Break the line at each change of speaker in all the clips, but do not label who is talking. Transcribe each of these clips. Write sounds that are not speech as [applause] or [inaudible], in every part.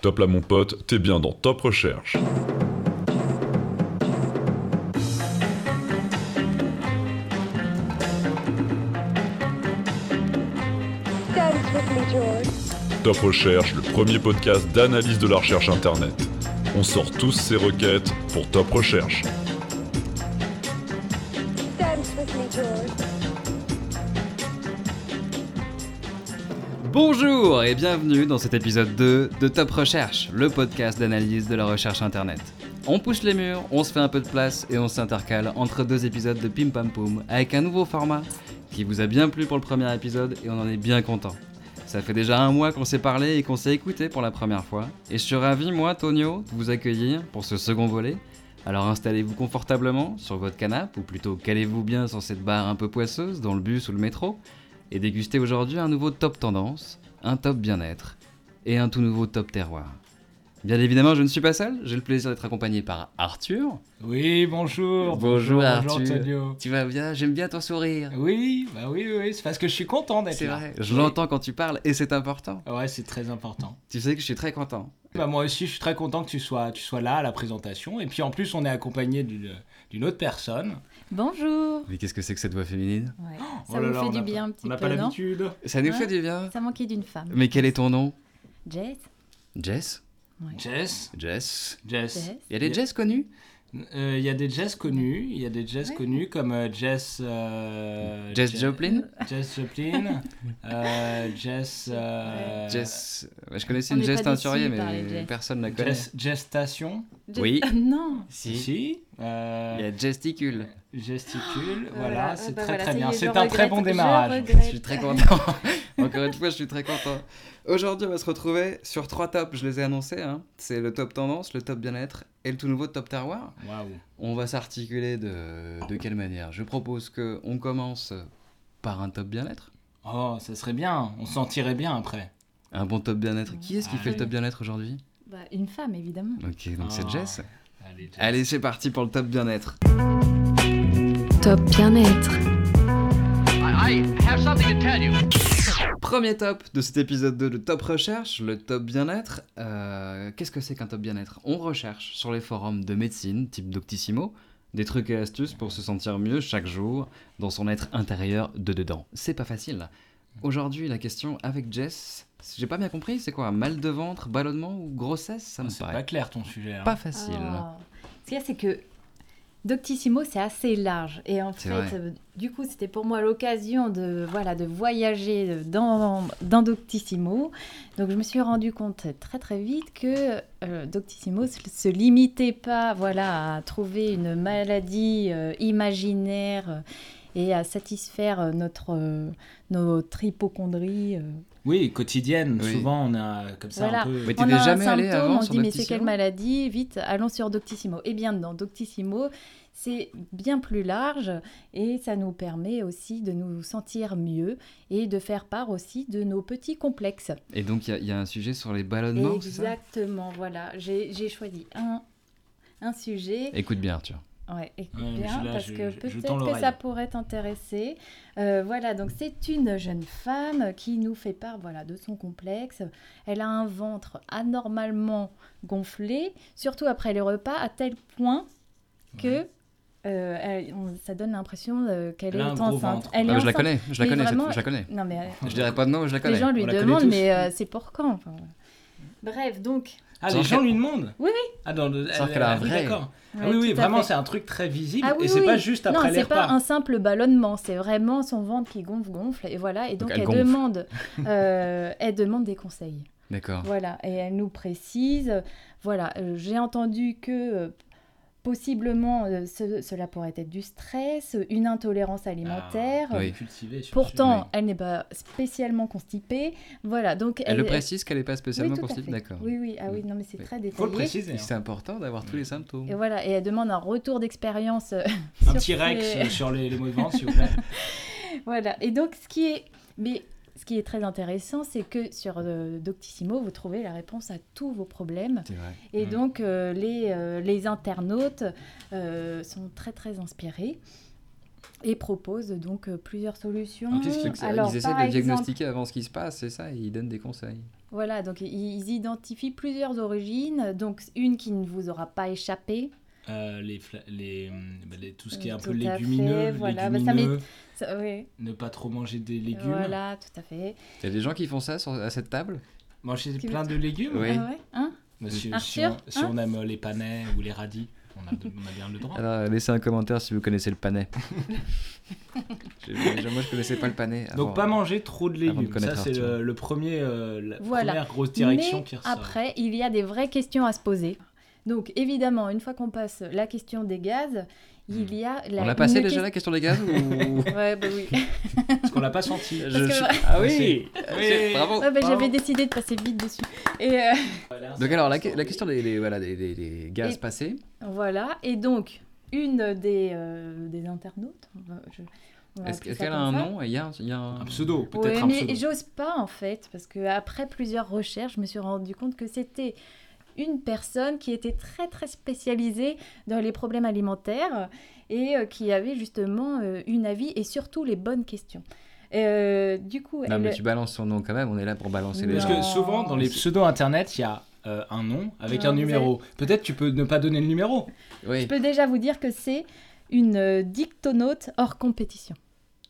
Top là mon pote, t'es bien dans Top Recherche.
Dance with me, George.
Top Recherche, le premier podcast d'analyse de la recherche internet. On sort tous ces requêtes pour Top Recherche.
Dance with me, George.
Bonjour et bienvenue dans cet épisode 2 de Top Recherche, le podcast d'analyse de la recherche internet. On pousse les murs, on se fait un peu de place et on s'intercale entre deux épisodes de Pim Pam Poum avec un nouveau format qui vous a bien plu pour le premier épisode et on en est bien content. Ça fait déjà un mois qu'on s'est parlé et qu'on s'est écouté pour la première fois et je suis ravi, moi, Tonio, de vous accueillir pour ce second volet. Alors installez-vous confortablement sur votre canapé ou plutôt calez-vous bien sur cette barre un peu poisseuse dans le bus ou le métro et déguster aujourd'hui un nouveau top tendance, un top bien-être et un tout nouveau top terroir. Bien évidemment, je ne suis pas seul, j'ai le plaisir d'être accompagné par Arthur.
Oui, bonjour. Bonjour, Tonio.
Tu vas bien J'aime bien ton sourire.
Oui, bah oui, oui, oui, c'est parce que je suis content d'être
C'est
là.
vrai, je
Oui.
l'entends quand tu parles et c'est important.
Ouais, c'est très important.
Tu sais que je suis très content.
Bah moi aussi, je suis très content que tu sois, tu sois là à la présentation. Et puis en plus, on est accompagné d'une d'une autre personne.
Bonjour.
Mais qu'est-ce que c'est que cette voix féminine
Ouais,
Oh
Ça
là
vous
là,
fait
on
du
a
bien
pas-
un petit
On n'a
peu,
pas
non
l'habitude.
Ça nous
Ouais.
fait du bien.
Ça manquait d'une femme.
Mais quel est ton nom
Jess
Jess
Ouais.
Jess.
Jess
Jess.
Jess
Il y a des Jess connus
Euh, Il y a des Jess connus. Il y a des Jess
Ouais.
connus comme euh, Jess. euh,
Jess
Je-
Joplin
Jess Joplin.
[laughs]
euh, Jess. euh,
Jess. ouais, Je connaissais
On
une
n'est pas
Jess teinturier,
déçus par les
mais
Jess.
personne ne la connaît.
Jess Gestation.
Jess-
Oui.
[laughs] non.
Si. euh,
Il y a Gesticule.
Gesticule,
Euh,
voilà,
euh,
c'est
bah
très
voilà,
très
ça y
bien.
est, je
C'est un très
regrette,
bon
je
démarrage.
regrette.
Je suis très content. Encore une fois, je suis très content. Aujourd'hui, on va se retrouver sur trois tops. Je les ai annoncés. hein. C'est le top tendance, le top bien-être et le tout nouveau top terroir.
Waouh.
On va s'articuler de, de quelle manière Je propose que on commence par un top bien-être.
Oh, ça serait bien, on se sentirait bien après.
Un bon top bien-être. Qui est-ce qui fait le top bien-être aujourd'hui
Bah, une femme, évidemment.
Ok, donc c'est
Ah.
Jess.
Allez, Jess.
Allez, c'est parti pour le top bien-être.
Top bien-être.
Premier top de cet épisode 2 de Top Recherche, le top bien-être. Euh, Qu'est-ce que c'est qu'un top bien-être On recherche sur les forums de médecine, type Doctissimo, des trucs et astuces pour se sentir mieux chaque jour dans son être intérieur de dedans. C'est pas facile. Aujourd'hui, la question avec Jess, j'ai pas bien compris, c'est quoi Mal de ventre, ballonnement ou grossesse Ça me
Ah, C'est pas
paraît
clair ton sujet. hein.
pas facile.
Ah. Ce qu'il y a, c'est que Doctissimo, c'est assez large. Et en
C'est
fait,
vrai.
euh, du coup, c'était pour moi l'occasion de, voilà, de voyager dans, dans Doctissimo. Donc, je me suis rendu compte très, très vite que euh, Doctissimo se, se limitait pas voilà, à trouver une maladie euh, imaginaire euh, et à satisfaire euh, notre, euh, notre hypochondrie. euh.
Oui, quotidienne,
Oui.
souvent on a comme ça
Voilà.
un peu.
Mais
on
t'étais
a un
jamais allé
symptôme,
avant
on se
sur
dit mais c'est
Doctissimo
quelle maladie Vite, allons sur Doctissimo. Eh bien non, Doctissimo, c'est bien plus large et ça nous permet aussi de nous sentir mieux et de faire part aussi de nos petits complexes.
Et donc, il y a- il y, a un sujet sur les ballonnements, c'est ça
Exactement, voilà. J'ai j'ai choisi un, un sujet.
Écoute bien, Arthur.
Ouais, écoute
Ouais, mais
bien,
celui-là,
parce
je-
que
je- je tends
peut-être que
l'oreille.
ça pourrait t'intéresser. Euh, voilà, donc c'est une jeune femme qui nous fait part voilà, de son complexe. Elle a un ventre anormalement gonflé, surtout après le repas, à tel point que euh, elle- on- ça donne l'impression euh, qu'elle
Elle
est
a un gros
enceinte.
ventre.
Elle
Ah,
est
je la
enceinte.
connais, je la
Mais
connais, cette-
vraiment-
je la connais.
Non, mais euh,
[laughs] Je dirais pas de nom, mais je la
les
connais.
gens
On
lui
la connaît
demandent,
tous.
mais euh, c'est pour quand Enfin, voilà. Bref, donc.
Ah,
Sauf
les gens
que-
lui demandent
Oui,
oui. Ah, dans le...
Sauf
elle-
qu'elle a un
ah, oui,
vrai-
d'accord. Ah
ouais,
oui,
tout
oui,
à
vraiment
fait.
c'est un truc très visible
Ah oui,
et c'est
oui.
pas juste après
non,
les
c'est pas
repas.
un simple ballonnement, c'est vraiment son ventre qui gonfle, gonfle, et voilà. Et
Donc,
donc,
elle
elle,
gonfle. [laughs]
demande, euh, elle demande des conseils.
D'accord.
Voilà, et elle nous précise, euh, voilà, euh, j'ai entendu que euh, possiblement euh, ce- cela pourrait être du stress, une intolérance
Ah.
alimentaire.
Ah, oui.
Cultivé, sur-
euh, Pourtant,
Oui.
elle n'est pas spécialement constipée. Voilà, donc
Elle le précise qu'elle n'est pas spécialement
oui, tout à
constipée,
fait.
d'accord.
Oui, oui, ah oui, non, mais c'est
Oui.
très
Faut le
détaillé.
préciser.
Et
hein.
C'est important d'avoir tous les symptômes.
Et voilà, et elle demande un retour d'expérience. euh,
Un
[laughs] sur
petit rex
les-
euh, sur les, les mots de vente, s'il vous plaît.
Voilà. Et donc, ce qui est, mais ce qui est très intéressant, c'est que sur euh, Doctissimo, vous trouvez la réponse à tous vos problèmes.
C'est vrai.
Et
Mm.
donc, euh, les, euh, les internautes euh, sont très très inspirés et proposent donc euh, plusieurs solutions.
En plus, c'est que ça-
Alors,
ils essaient de
par exemple-
diagnostiquer avant ce qui se passe, c'est ça, et ils donnent des conseils.
Voilà, donc i- ils identifient plusieurs origines, donc une qui ne vous aura pas échappé.
Euh, les, fla- les, hum, bah, les- tout ce qui est un
Euh, Tout
peu
à
légumineux,
fait, voilà, bah, ça
légumineux,
Ça- oui,
ne pas trop manger des légumes,
Voilà, tout à fait.
Il y a des gens qui font ça sur- à cette table
manger
Qui
plein
veut-
de légumes.
Oui.
Ah ouais, hein
Mais Si,
Arthur,
si on, si
hein
on aime euh, les panais ou les radis, on a, on a bien
[laughs]
le droit.
Alors, laissez un commentaire si vous connaissez le
[laughs]
panais. J'ai- déjà, moi, je connaissais pas le panais. avant.
Donc pas manger trop de
avant de
légumes, ça
connaître
c'est le,
Arthur.
le premier, euh, la
Voilà.
première grosse direction
Mais
qui ressort.
après, il y a des vraies questions à se poser. Donc évidemment, une fois qu'on passe la question des gaz, il y a la
Hmm. On a passé
une
déjà
question-
la question des gaz ou... [laughs]
Ouais, bah oui.
Parce qu'on l'a pas senti.
Je-
que-
je- Ah oui,
[laughs] Oui.
Bravo
Ouais, bah,
pardon.
j'avais décidé de passer vite dessus. Et euh,
Donc alors, la, que- la question des, des- voilà, des, des- des gaz
Et-
passés,
voilà. Et donc, une des, euh, des internautes, on va- je- on va
est-ce
appeler
est-ce
ça
qu'elle a
comme
un
ça.
nom Il y a, un- il y a un...
Un pseudo, peut-être
Ouais,
un
mais
pseudo.
j'ose pas en fait, parce que après plusieurs recherches, je me suis rendu compte que c'était une personne qui était très très spécialisée dans les problèmes alimentaires et euh, qui avait justement euh, une avis et surtout les bonnes questions. Euh, du coup,
Non
elle-
mais tu balances son nom quand même, on est là pour balancer les
Parce
Non.
gens.
que souvent dans les pseudos internet, il y a euh, un nom avec
Non,
un
vous
numéro. Peut-être tu peux ne pas donner le numéro.
Oui.
je peux déjà vous dire que c'est une euh, dictonaute hors compétition.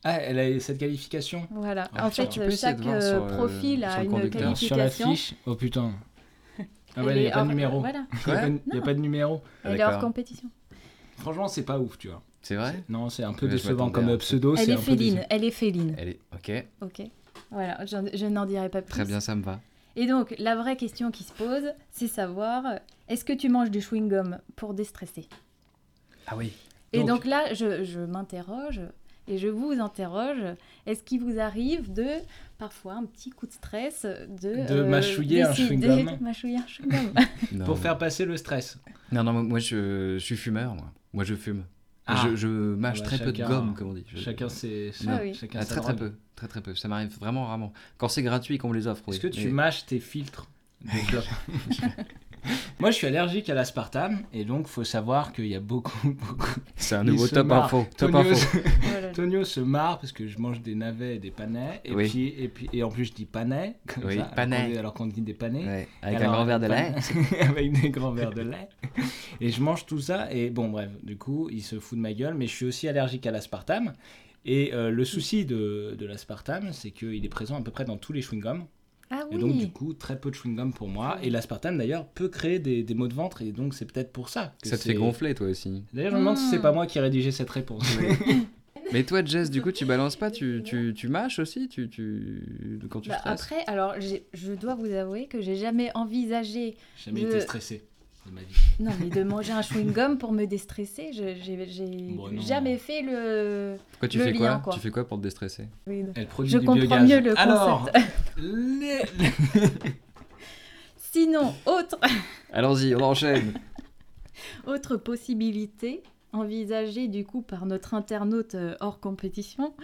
Ah, elle a cette qualification.
Voilà.
Ah,
en
tiens,
fait,
tu peux essayer de
chaque
voir
euh,
sur, euh,
profil
sur
a
le
une
conducteur.
qualification.
Sur l'affiche. Oh putain. Ah ouais, il n'y
Elle est
a pas
hors-
de numéro. Ah,
Voilà,
Il n'y a, pas de- y a
Non.
pas de numéro.
elle est hors
d'accord.
compétition.
Franchement, c'est pas ouf, tu vois.
C'est vrai
Non, c'est un peu
Ouais, je
décevant
m'attendais
comme
à-
euh, pseudo.
Elle
c'est
est
un peu décevant.
féline, elle est féline.
Elle est... Ok,
Ok. Voilà, je, je n'en dirai pas plus.
très bien, ça me va.
Et donc, la vraie question qui se pose, c'est savoir euh, est-ce que tu manges du chewing-gum pour déstresser
Ah oui.
Et
Donc-
donc là, je, je m'interroge et je vous interroge est-ce qu'il vous arrive de, parfois, un petit coup de stress de.
De
euh,
mâchouiller un
décider
chewing-gum.
de mâchouiller
[laughs]
un chewing-gum
Non,
[laughs] Pour faire passer le stress.
non, non, moi je, je suis fumeur, moi. Moi je fume.
Ah.
Je, je mâche
Ah bah,
très peu de
chacun-
gomme, comme on dit. Je-
Chacun ses.
Ah oui.
chacun
Ah,
sa
très très
drogue.
peu, très très peu. Ça m'arrive vraiment rarement. Quand c'est gratuit, qu'on me les offre, oui.
Est-ce que tu
Mais-
mâches tes filtres de clopes [laughs] Moi, je suis allergique à l'aspartame et donc faut savoir qu'il y a beaucoup, [laughs] beaucoup.
C'est un
Il
nouveau
se
top
marre.
info. Top
Tonio,
info.
Voilà.
Tonio se marre parce que je mange des navets et des panais et
Oui.
puis et puis et en plus je dis panais comme
Oui,
ça, alors qu'on
panais.
dit- alors qu'on dit des panais.
Ouais, Avec
Alors,
un grand verre de lait.
pan-
[laughs]
avec des grands verres de lait. Et je mange tout ça. Et bon, bref, du coup, il se fout de ma gueule. Mais je suis aussi allergique à l'aspartame. Et euh, le souci de, de l'aspartame, c'est qu'il est présent à peu près dans tous les chewing-gums.
Ah
Et donc, du
oui
coup, très peu de chewing-gum pour moi. Et l'aspartame, d'ailleurs, peut créer des, des maux de ventre. Et donc, c'est peut-être pour ça. que
Ça te
c'est-
fait gonfler toi aussi.
D'ailleurs, je me demande si c'est
Mm.
pas moi qui ai rédigé cette réponse.
Mais toi, Jess, du coup, tu balances pas, tu, tu, tu mâches aussi, tu, tu, quand tu
Bah,
stresses.
Après, alors, j'ai- je dois vous avouer que j'ai jamais envisagé
J'ai jamais
Je-
été stressé. Il m'a dit.
Non, mais de manger un chewing-gum pour me déstresser, je- j'ai j'ai
Bon, non.
jamais fait le.
Pourquoi tu
le
fais
lien,
quoi,
quoi.
Tu fais quoi pour te déstresser
Elle produit
Je
du
comprends
biogaz.
mieux le [laughs]
Alors, les-
Sinon, autre, [laughs]
Allons-y, on
[laughs]
enchaîne.
autre possibilité envisagée du coup par notre internaute euh, hors compétition,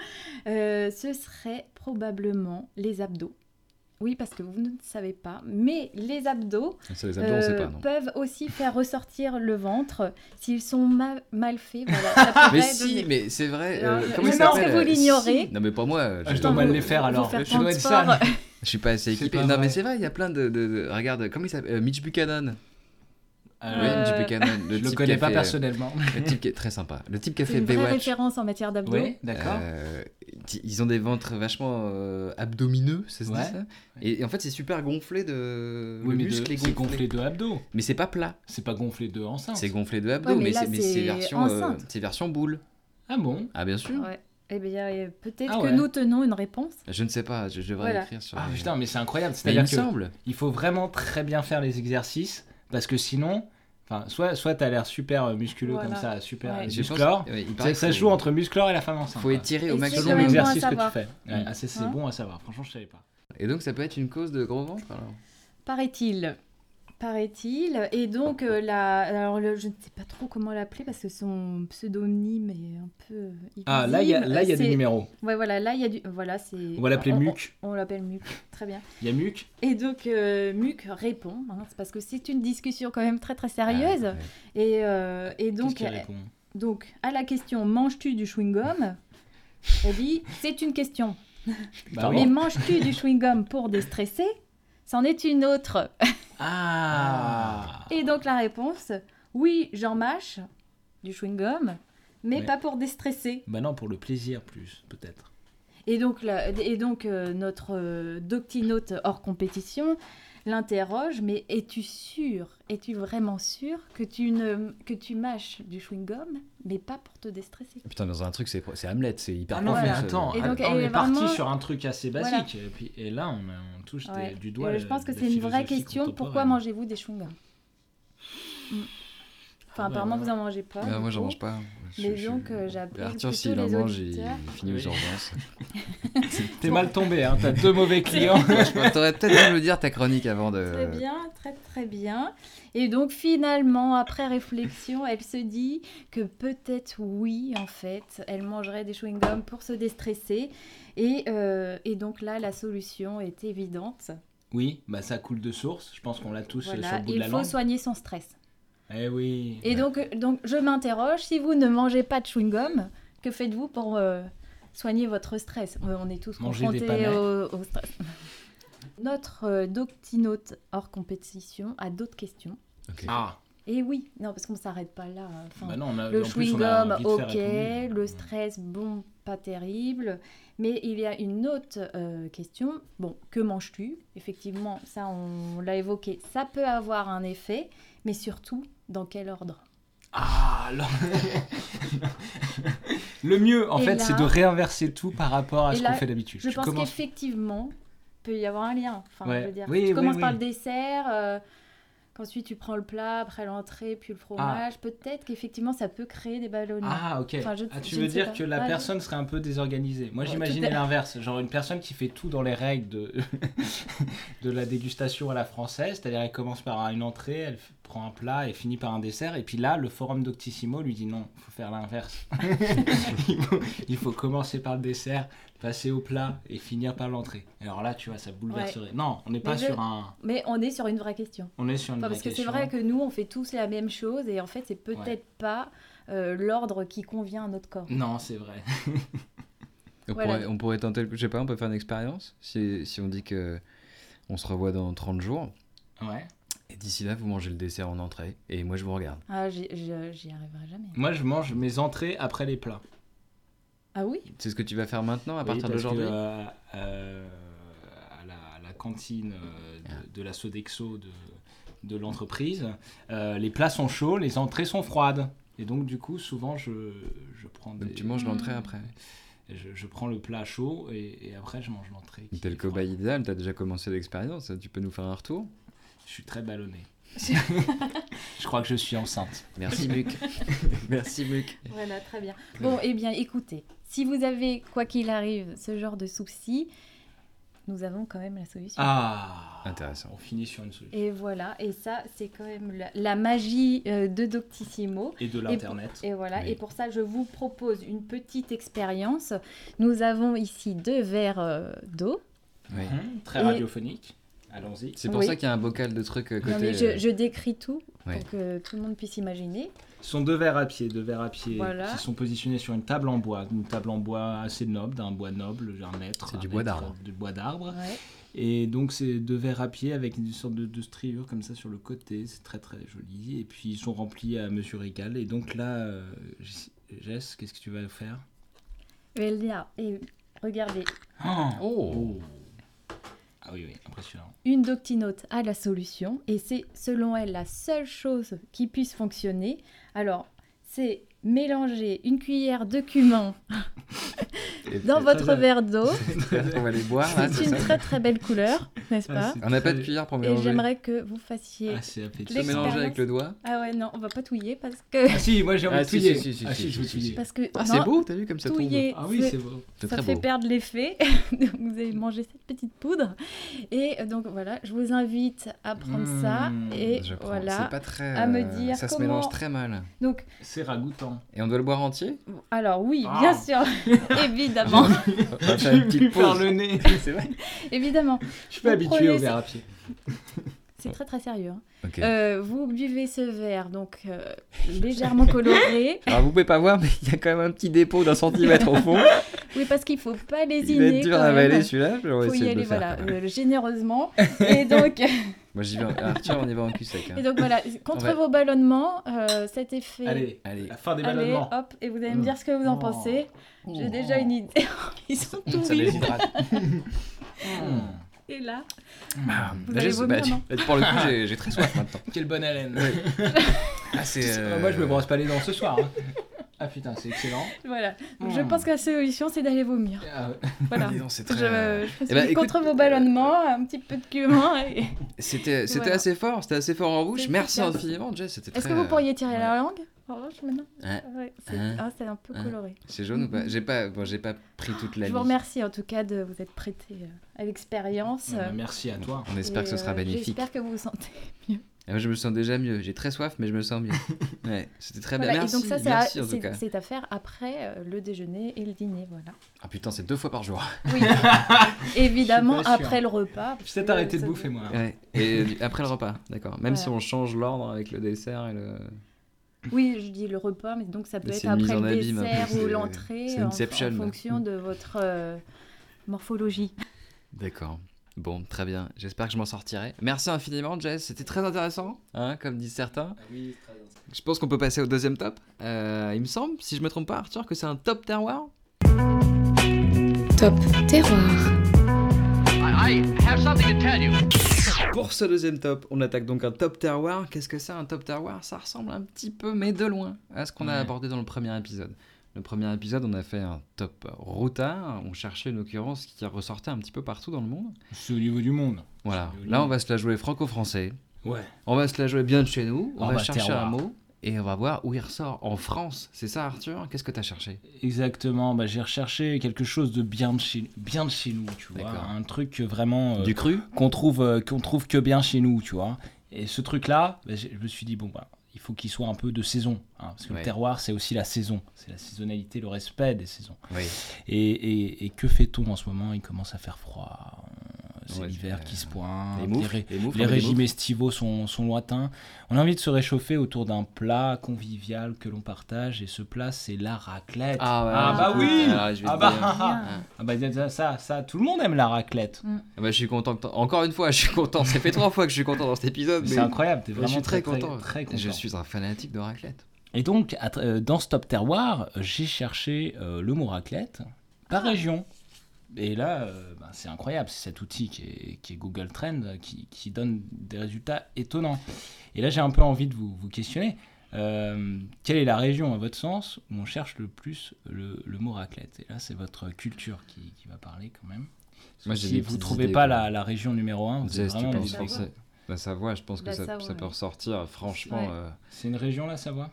euh, ce serait probablement les abdos. Oui, parce que vous ne le savez pas, mais les abdos
C'est les abdos, on sait
euh,
pas, non.
peuvent aussi faire ressortir le ventre s'ils sont ma- mal
[laughs]
faits. Voilà, ça
Mais
pourrait
si,
donner-
mais c'est vrai.
Alors,
euh,
je-
comment
je
il
pense que
s'appelle
vous
euh,
l'ignorez.
si. Non, mais pas moi. euh,
Ah,
je,
je t'en
Attends,
mal
vous-
les faire
vous
alors.
faire
Je dois
tant de
être sale.
sport.
je suis pas assez
C'est
équipé.
pas
non, mais
vrai.
c'est vrai, il y a plein de, de- de- Regarde, comment il s'appelle Euh, Mitch Buchanan.
Alors,
Oui,
Euh,
Mitch Buchanan. Le
je le
type
connais
qui a
pas
fait, euh,
personnellement.
Le type qui est très sympa. Le type qui a
C'est
fait
une vraie
Baywatch.
référence en matière d'abdos.
Oui, d'accord.
Euh, ti- ils ont des ventres vachement euh, abdomineux, ça se
Ouais.
dit ça et, et en fait, c'est super gonflé de.
Oui,
le
mais de-
muscle est
c'est
gonflé.
gonflé de abdos.
Mais c'est pas plat.
C'est pas gonflé de enceinte.
C'est gonflé de abdos,
mais
mais,
là,
c'est- mais c'est
c'est
version, euh,
enceinte.
c'est version boule.
Ah bon
Ah, bien sûr.
Ouais. Eh bien, euh, peut-être
Ah
que
ouais.
nous tenons une réponse.
Je ne sais pas, je, je devrais
Voilà.
écrire sur.
Ah
les-
putain, mais c'est incroyable.
Mais il me
C'est-à-dire que
semble.
il faut vraiment très bien faire les exercices parce que sinon, enfin, soit soit t'as l'air super euh, musculeux
Voilà.
comme ça, super
Ouais.
euh,
Je pense-
musclore.
ouais, il
Ça,
paraît
ça
que
se joue entre musclore et la femme enceinte.
Faut
quoi.
étirer au
Et c'est
maximum.
quand
Selon
même bon à
l'exercice que tu
savoir.
fais. Ouais,
Mm.
ah, c'est c'est
Hein
bon à savoir. Franchement, je savais pas.
Et donc ça peut être une cause de gros ventre alors
Paraît-il. Paraît-il. Et donc, euh, la... Alors, le- je ne sais pas trop comment l'appeler parce que son pseudonyme est un peu. euh,
Ah là, il y a,
illisible.
là, il y a des
C'est-
numéros.
Ouais, voilà, là, il y a du. Voilà, c'est.
On va l'appeler Muc.
On, l'appelle Muc. Très bien.
Il y a Muc.
Et donc, euh, Muc répond. hein, c'est parce que c'est une discussion quand même très, très sérieuse.
Ah, ouais.
Et, euh, et
Qu'est-ce
donc,
qu'il
euh,
répond
donc, à la question Manges-tu du chewing-gum Elle dit C'est une question.
Bah
Mais
oui.
manges-tu du chewing-gum pour déstresser C'en est une autre.
Ah
Et donc la réponse, oui, j'en mâche du chewing-gum, mais
Oui.
pas pour déstresser.
Bah non, pour le plaisir plus, peut-être.
Et donc, la- et donc euh, notre euh, doctinote hors compétition l'interroge, mais es-tu sûr, es-tu vraiment sûr que tu, ne, que tu mâches du chewing-gum, mais pas pour te déstresser
Putain, dans un truc, c'est c'est Hamlet, c'est hyper
Ah non, mais
complexe.
attends,
Et donc,
on
elle
est
est
parti
vraiment-
sur un truc assez
Voilà.
basique. Et, puis, et là, on, on touche des-
Ouais.
du doigt.
Et Euh, je pense que
euh, la
c'est une vraie
philosophie
question. Pourquoi
contemporaine.
mangez-vous des chewing-gums Mm. Enfin,
Ah ouais,
apparemment,
ouais.
vous en mangez pas.
Ah,
du
moi,
coup.
j'en mange pas. Je-
Mais
je-
donc, euh, j'appelle
Arthur,
plutôt
s'il en
les
mange, il,
auditeurs.
il finit aux
[laughs]
urgences.
T'es mal tombé, hein, t'as deux
[laughs]
mauvais clients.
Ouais, T'aurais peut-être dû me dire ta chronique avant de.
Euh,
Très bien, très très bien. Et donc finalement, après réflexion, elle se dit que peut-être oui, en fait, elle mangerait des chewing-gums pour se déstresser. Et, euh, et donc là, la solution est évidente.
oui, bah ça coule de source. Je pense qu'on l'a tous euh, sur
Voilà,
le bout de
il
la
faut
langue.
soigner son stress.
Eh oui.
Et
Ouais.
donc, euh, donc je m'interroge, si vous ne mangez pas de chewing-gum, que faites-vous pour euh, soigner votre stress Euh, On est tous
Manger des
confrontés au, au stress. [laughs] Notre euh, doctinote hors compétition a d'autres questions.
Ok.
Ah,
Et Eh oui, non, parce qu'on ne s'arrête pas là. hein. Enfin,
bah non, on a,
le
en plus, on a
chewing-gum,
vite fait
ok.
répondu.
Le stress, bon, pas terrible. Mais il y a une autre euh, question. Bon, que manges-tu Effectivement, ça, on l'a évoqué. Ça peut avoir un effet, mais surtout, dans quel ordre
Ah,
[laughs]
là. le mieux, en
Et
fait,
là-
c'est de réinverser tout par rapport à
Et
ce
là,
qu'on fait d'habitude.
Je
Tu
pense
commences.
qu'effectivement, peut y avoir un lien. Enfin,
Ouais.
je veux dire,
Oui,
tu
oui,
commences par
oui.
le dessert, euh, qu'ensuite tu prends le plat, après l'entrée, puis le fromage. Peut-être qu'effectivement, ça peut créer des ballonnements.
Ah, ok.
Enfin, je-
Ah, tu
je ne
veux
sais
dire
pas.
que la
Ouais.
personne serait un peu désorganisée. Moi,
Ouais,
j'imaginais
tout à-
l'inverse. Genre une personne qui fait tout dans les règles de, [laughs] de la dégustation à la française. C'est-à-dire, elle commence par une entrée, elle f- prend un plat et finit par un dessert. Et puis là, le forum d'Octissimo lui dit non, faut faire l'inverse.
[laughs]
il, faut, il faut commencer par le dessert, passer au plat et finir par l'entrée. Et Alors là, tu vois, ça bouleverserait. Non, on n'est pas
Mais je-
sur un.
Mais on est sur une vraie question.
On est sur une.
Enfin,
vraie
parce que c'est
question.
vrai que nous, on fait tous la même chose et en fait, c'est peut-être
Mmh, Ouais.
pas euh, l'ordre qui convient à notre corps.
Non, c'est vrai.
On,
Voilà.
pourrait, on pourrait tenter, le- je sais pas, on peut faire une expérience. Si, si on dit que on se revoit dans 30 jours,
Ouais.
et d'ici là, vous mangez le dessert en entrée, et moi je vous regarde.
Ah, j'y je- j'y arriverai jamais.
Moi, je mange mes entrées après les plats.
Ah oui
C'est ce que tu vas faire maintenant
Ah,
à
Oui,
partir
parce
d'aujourd'hui
que, euh, euh, à, la, à la cantine euh, de, de la Sodexo de, de l'entreprise, euh, les plats sont chauds, les entrées sont froides. Et donc, du coup, souvent, je, je prends,
Donc
des-
tu manges l'entrée après.
je, je prends le plat chaud et, et après, je mange l'entrée. qui
T'es le
est froide.
cobaye idéal, t'as déjà commencé l'expérience, hein, tu peux nous faire un retour
Je suis très ballonné. [laughs] je crois que je suis enceinte.
[laughs] Merci Luc. Merci Luc.
Voilà, très bien. Bon, eh bien, écoutez, si vous avez, quoi qu'il arrive, ce genre de soucis, nous avons quand même la solution.
Ah
Intéressant.
On finit sur une solution.
Et voilà, et ça, c'est quand même la, la magie euh, de Doctissimo.
Et de
Et
l'Internet.
pour- Et, voilà,
Oui.
et pour ça, je vous propose une petite expérience. Nous avons ici deux verres euh, d'eau.
Oui.
Hum, Très
Et-
radiophonique. Allons-y.
C'est pour
Oui.
ça qu'il y a un bocal de trucs à côté.
Non, mais je,
euh,
je décris tout
Ouais.
pour que tout le monde puisse imaginer.
Ce sont deux verres à pied, deux verres à pied
Voilà.
qui sont positionnés sur une table en bois, une table en bois assez noble, d'un bois noble, un être.
C'est du
un
bois
être,
d'arbre.
euh, Du bois d'arbre.
Ouais.
Et donc c'est deux verres à pied avec une sorte de, de striure comme ça sur le côté, c'est très très joli. Et puis ils sont remplis à mesure égale. Et donc là, euh, Jess- Jess, qu'est-ce que tu vas faire
Mais là, et regardez,
Oh
Ah oui, oui, impressionnant.
une doctinote a la solution et c'est selon elle la seule chose qui puisse fonctionner. Alors, c'est mélanger une cuillère de cumin
Et-
dans
et-
votre
très-
[laughs]
verre d'eau.
On va les boire là,
[laughs]
Ah, c'est
C'est une
ça Ah,
très très belle couleur, n'est-ce pas
c'est
On n'a pas
très-
de cuillère pour
Et
mélanger.
j'aimerais que vous fassiez...
Ah, c'est
Se
appétissant.
l'expérience.
mélanger avec le doigt.
Ah ouais, non, on va pas touiller parce que...
[laughs]
Ah si, moi j'ai envie
Ah,
de
si,
touiller.
si, si, si,
ah
si,
si, je veux
si, si,
touiller.
Parce que
Ah
non,
c'est beau, t'as vu comme ça tombe.
touiller,
Ah oui,
c'est-
c'est beau.
C'est
ça
très
fait
beau.
perdre l'effet. [laughs] donc vous allez manger cette petite poudre. Et euh, donc voilà, je vous invite à prendre ça
Mmh,
et
Hmm, Je prends.
voilà.
C'est pas très.
à me
euh,
dire
Ça se
comment-
mélange très mal.
Donc
C'est ragoûtant.
Et on doit le boire entier
[laughs] alors oui,
Ah.
[laughs]
bien sûr, évidemment,
On va
[laughs]
faire Bah, une
J'ai
petite
pu faire
pause.
le nez.
C'est vrai.
évidemment.
Je suis pas
Vous
habitué
prenez
au verre à pied.
C'est très très sérieux. hein.
Ok.
Euh, vous buvez ce verre, donc euh, légèrement coloré.
Alors vous pouvez pas voir, mais il y a quand même un petit dépôt d'un centimètre au
[laughs]
fond.
Oui, parce qu'il faut pas
Il va
lésiner.
être dur à
quand même.
avaler celui-là. Je vais
faut
essayer
y
de
aller,
le faire.
voilà,
[laughs]
euh, généreusement. Et donc,
Moi j'y vais. en- Arthur, on y va en cul sec. hein.
et donc voilà, contre
Ouais.
vos ballonnements, euh, cet effet.
Allez,
Allez. Mmh.
la fin des
Allez,
ballonnements.
hop, et vous allez me dire ce que vous en
Oh.
pensez. J'ai déjà une idée. [laughs] Ils sont tous
Ça
oui.
déshydrate.
Hmm. Mmh.
Et là,
Ah,
Vous
là,
allez
je sais
vomir,
pas,
non
tu- Pour le coup,
[laughs]
j'ai- j'ai très soif maintenant.
Quelle bonne haleine.
Ah, c'est.
Ah, Euh, Moi, je me brosse pas les dents ce soir. hein. Ah putain, c'est excellent.
voilà. Donc, Je
Mmh.
Mm.
pense que la solution, c'est d'aller vomir.
Ah, ouais.
Voilà.
Dis donc, c'est
Je,
très, euh,
je pense
Eh ben,
que
écoute- euh,
contre vos ballonnements, un petit peu de
[laughs]
cumin. et-
C'était c'était
Voilà.
assez fort, c'était assez fort en bouche.
C'est
Merci
efficace.
infiniment, Jess. C'était
Est-ce
très,
que vous
euh,
pourriez tirer
ouais.
la langue En revanche, maintenant
Ouais.
Ouais, c'est
Hein
ah, c'est un peu
Hein
coloré.
C'est jaune ou pas J'ai pas, bon, j'ai pas pris toute la
Mm-hmm. Je
vie.
vous remercie en tout cas de vous être prêté euh, à l'expérience.
Ah, bah,
euh,
Merci à toi.
On espère
et,
que ce sera
euh,
bénéfique.
J'espère que vous vous sentez.
Ah, moi, je me sens déjà mieux. J'ai très soif, mais je me sens [laughs] mieux. ouais, c'était très bien.
[laughs] Voilà,
Ah, ben, Merci,
et donc ça, c'est à-
merci en tout
c'est
cas.
c'est à faire après euh, le déjeuner et le dîner,
[laughs]
voilà.
Ah putain, c'est deux fois par jour.
Oui. Évidemment
Je suis pas sûr.
après le
Je
repas. parce
vais
que,
t'arrêter de
ça-
bouffer, moi.
Ouais. Et du- après le repas, d'accord. Même
Voilà.
si on change l'ordre avec le dessert et le.
Oui, je dis le repas, mais donc ça peut
Mais
être
c'est une mise
après
en
le
abîme, un peu,
dessert ou
c'est-
l'entrée,
c'est
en- en,
Inception.
fonction de votre euh, morphologie.
D'accord. Bon, très bien. J'espère que je m'en sortirai. Merci infiniment, Jess. C'était très intéressant, hein, comme disent certains.
Ah
Je pense qu'on peut passer au deuxième top. Euh, il me semble, si je me trompe pas, Arthur, que c'est un top terroir.
Top terroir.
Pour ce deuxième top, on attaque donc un top terroir. Qu'est-ce que c'est un top terroir Ça ressemble un petit peu, mais de loin, à ce qu'on a
Ouais.
abordé dans le premier épisode. Le premier épisode, on a fait un top routard. On cherchait une occurrence qui ressortait un petit peu partout dans le monde.
C'est au niveau du monde.
Voilà.
C'est joli.
Là, on va se la jouer franco-français.
Ouais.
On va se la jouer bien de chez nous. On
Oh,
va
bah,
chercher
terroir.
un mot et on va voir où il ressort en France. C'est ça, Arthur Qu'est-ce que t'as cherché
Exactement. Bah, j'ai recherché quelque chose de bien de chez, bien de chez nous, tu vois.
D'accord.
Un truc que vraiment euh,
cru
qu'on trouve euh, qu'on trouve que bien chez nous, tu vois. Et ce truc-là, bah, j'ai- je me suis dit bon bah il faut qu'il soit un peu de saison, hein, parce que
Ouais.
le terroir c'est aussi la saison, c'est la saisonnalité, le respect des saisons.
Oui.
Et, et- et que fait-on en ce moment Il commence à faire froid. on- C'est
Ouais,
l'hiver
euh,
qui se pointe.
Les
les
moufles
ré-
Les, moufles,
les
on met des
régimes
moufles.
estivaux sont, sont lointains. On a envie de se réchauffer autour d'un plat convivial que l'on partage. Et ce plat, c'est la raclette.
Ah, ouais,
Ah bah
écoute,
oui
alors, je vais
Ah
te
bah,
dire.
ah bah, ça, ça, ça, tout le monde aime la raclette.
Ah bah, je suis content. que t'en- Encore une fois, je suis content. Ça fait trois fois que je suis content dans cet épisode.
C'est
mais-
incroyable, t'es
mais je
vraiment
suis très,
très,
content.
très content.
Je suis un fanatique de raclette.
Et donc, à tra- euh, dans Stop Terroir, euh, j'ai cherché euh, le mot raclette par région. Et là, euh, ben, c'est incroyable, c'est cet outil qui est, qui est Google Trend euh, qui, qui donne des résultats étonnants. Et là, j'ai un peu envie de vous, vous questionner. Euh, quelle est la région, à votre sens, où on cherche le plus le, le mot raclette Et là, c'est votre culture qui, qui va parler quand même. Parce
Moi,
que
j'ai
si
des
vous ne
petites
trouvez
idées,
pas
quoi.
la, la région numéro 1, vous êtes
Jess, tu
vraiment
parles
obligé.
Savoie.
français. La bah, Savoie, je pense que
La
ça,
Savoie,
ça peut
ouais.
ressortir, franchement.
Ouais.
euh,
C'est une région, là, Savoie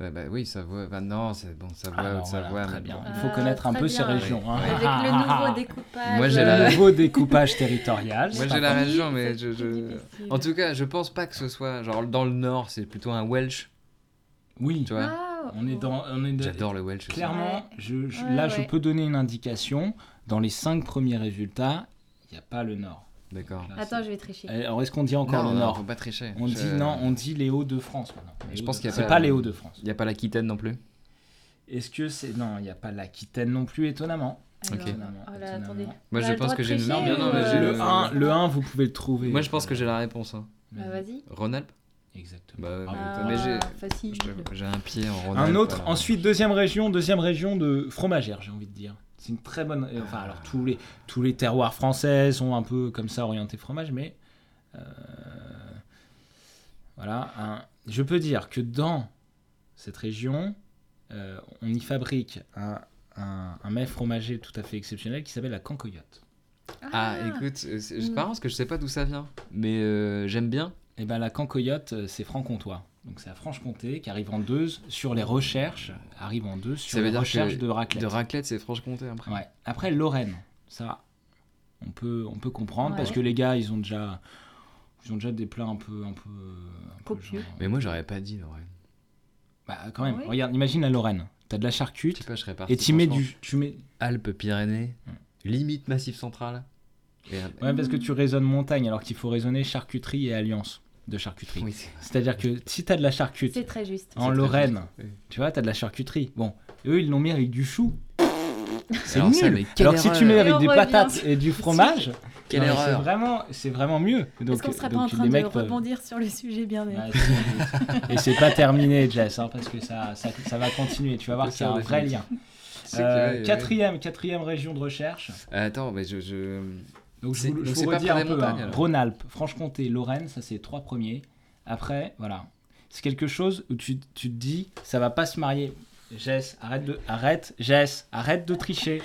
ouais, bah oui, Savoie. Bah non, c'est bon, Savoie,
Ah, Alors, voilà,
Haute-Savoie.
très
mais
bien.
bon.
Il faut
Ah,
connaître un
très
peu
bien.
ces régions. hein.
Avec le nouveau découpage.
Moi, j'ai
euh,
la-
nouveau découpage territorial.
Moi,
c'est
j'ai la
important.
région, mais
c'est
je.
plus
je-
difficile.
En tout cas, je pense pas que ce soit. Genre, dans le Nord, c'est plutôt un Welsh,
Oui,
tu vois.
Ah,
on est dans. On est de-
J'adore le Welsh aussi.
Clairement,
Ouais.
je, je-
Ouais,
là,
ouais.
je peux donner une indication. Dans les cinq premiers résultats, il n'y a pas le Nord.
D'accord.
Là,
Attends,
c'est- Eh,
je vais tricher.
Alors, est-ce qu'on dit encore
Non,
le
non,
Nord
faut pas tricher.
On
Je-
dit non, on dit les Hauts-de-France. maintenant. Les
Je pense
Hauts-de-
qu'il y a
C'est
pas-
pas, les Hauts-de-France.
Il n'y a pas l'Aquitaine non plus
Est-ce que c'est. Non, il n'y a pas l'Aquitaine non plus, étonnamment.
Alors,
Ok.
Étonnamment,
Oh là,
étonnamment.
attendez.
Moi,
On a
je
le
pense
droit
que
de
j'ai.
tricher
Non,
ou,
non, mais
euh,
j'ai
Le
Euh,
1, le 1, vous pouvez le trouver.
Moi, je pense que j'ai la réponse. hein.
Bah, vas-y.
Rhône-Alpes
Exactement.
Bah ouais,
Ah,
mais-
Ah,
mais j'ai.
facile.
je t'avoue, J'ai un pied en Rhône-Alpes.
Un autre,
alors.
ensuite deuxième région, deuxième région de fromagère, j'ai envie de dire. C'est une très bonne. euh, Enfin, alors tous les, tous les terroirs français sont un peu comme ça orientés fromage, mais. euh, voilà. un- je peux dire que dans cette région, euh, on y fabrique un, un- un mets fromager tout à fait exceptionnel qui s'appelle la cancoyote.
Ah, écoute, euh, c'est c'est
Mm.
marrant parce que je sais pas d'où ça vient, mais euh, j'aime bien.
Et ben la cancoyote, euh, c'est franc-comtois. Donc c'est à Franche-Comté qui arrive en deux sur les recherches, arrive en deux sur
Ça veut
les
dire que
recherches de raclette.
De raclette, c'est Franche-Comté après.
Ouais. Après Lorraine, ça, on peut, on peut comprendre
Ouais.
parce que les gars, ils ont déjà, ils ont déjà des plats un peu, un peu, un peu
Copieux.
genre-
Mais moi, j'aurais pas dit, Lorraine.
Bah, quand même.
Oui.
Regarde, imagine la Lorraine. T'as de la
Je sais
charcute
pas, je serais parti.
et tu mets
franchement.
du, tu mets.
Alpes, Pyrénées, limite Massif Central. Et, euh,
Mm. Ouais, parce que tu raisonnes montagne alors qu'il faut raisonner charcuterie et alliance de charcuterie.
oui, c'est-
C'est-à-dire que si t'as de la charcuterie
C'est très juste.
en
très
Lorraine,
juste, oui.
tu vois, t'as de la charcuterie. Bon, eux ils l'ont mis avec du chou. C'est
Alors ça,
nul.
mais quelle
alors si
erreur.
tu mets avec
Et on
des
revient
patates
sur-
et
[laughs]
du fromage,
Quelle
non, mais c'est
erreur.
vraiment, c'est vraiment mieux.
Est-ce
Donc,
qu'on serait pas
donc
en train
les
de
mecs peuvent-
rebondir sur le sujet bien
Ah, si, oui. et c'est pas terminé, Jess, hein, parce que ça, ça, ça va continuer. Tu vas voir
C'est
qu'il y a
ça,
un
la
vrai
finalité.
lien.
C'est que-
Euh,
ouais, ouais.
quatrième, quatrième région de recherche.
Euh, Attends, mais je. je...
Donc je
C'est-
vous, je
donc
vous
c'est pas
redis un
près des
peu.
montagnes,
hein.
alors.
Rhône-Alpes, Franche-Comté, Lorraine, ça c'est les trois premiers. Après, voilà. C'est quelque chose où tu, tu te dis, ça va pas se marier. Jess, arrête de, arrête, Jess, arrête de tricher.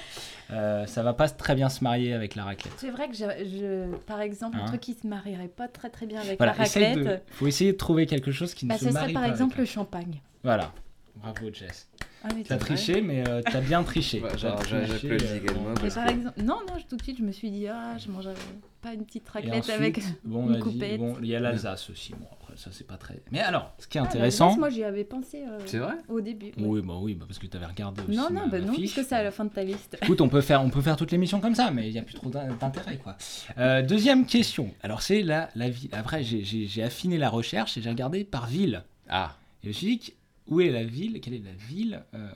Euh, ça va pas très bien se marier avec la raclette.
C'est vrai que j'a- je, par exemple,
Hein
un truc qui se marierait pas très très bien avec
Voilà,
la raclette,
essaye de, faut essayer de trouver quelque chose qui ne
bah,
se
ce
marie
serait par
pas
exemple le
avec
champagne.
la- Voilà. Bravo Jess.
Ah, mais
T'as
c'est vrai.
triché, mais euh, t'as bien triché.
Ouais,
T'as
Bah, genre, j'a-
triché,
j'applaudis
euh,
également.
Mais
parce
par
que-
exemple, non, non, je- tout de suite, je me suis dit, ah, je mangerais pas une petite
Et
raclette avec.
ensuite, bon,
une
on a dit,
coupette.
bon, il y a l'Alsace aussi. Bon, après, ça c'est pas très. Mais alors, ce qui est
Ah,
intéressant.
l'Alsace, moi, j'y avais pensé euh,
C'est vrai
au début. ouais.
Oui, bah oui, bah parce que t'avais regardé aussi.
Non, non,
ma-
bah
ma
non,
fiche.
puisque c'est à la fin de ta liste.
Écoute, on peut faire, on peut faire toute l'émission comme ça, mais il n'y a plus trop d'in- d'intérêt, quoi. Euh, deuxième question. Alors, c'est la, la ville. Après, j'ai- j'ai j'ai affiné la recherche et j'ai regardé par ville.
Ah,
Et je me suis dit, où est la ville Quelle est la ville euh,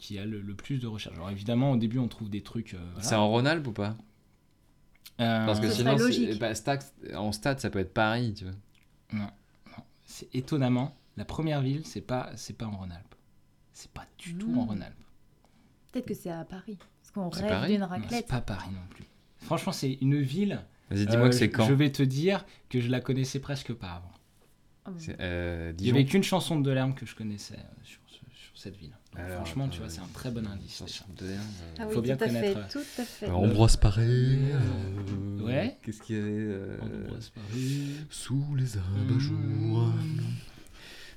qui a le, le plus de recherche Alors, évidemment, au début, on trouve des trucs. euh, voilà.
c'est en Rhône-Alpes ou pas
Euh,
Parce que
Ce
sinon,
serait
c'est-
logique.
bah, Stax- en stade, ça peut être Paris, tu vois.
c'est étonnamment, la première ville, c'est pas, c'est pas en Rhône-Alpes. C'est pas du tout en
Mm.
Rhône-Alpes.
Peut-être que c'est à Paris. Parce qu'on
C'est
rêve
Paris
d'une
Non, C'est
raclette.
pas Paris non plus. Franchement, c'est une ville.
Vas-y, dis-moi
Euh,
que c'est
je-
quand
Je vais te dire que je la connaissais presque pas avant.
Oh.
C'est, euh,
Il n'y
Dijon.
avait qu'une chanson de Delerme que je connaissais euh, sur, ce- sur cette ville. Donc,
Alors,
franchement, tu
attends,
vois, c'est un très bon indice.
Sans
déjà.
son délire, euh,
Ah
Faut bien
tout à fait,
connaître.
tout à fait.
Alors, Euh, Ambroise Paré. euh,
Ouais.
Qu'est-ce qu'il y avait euh,
Ambroise Paris, Mmh.
Sous les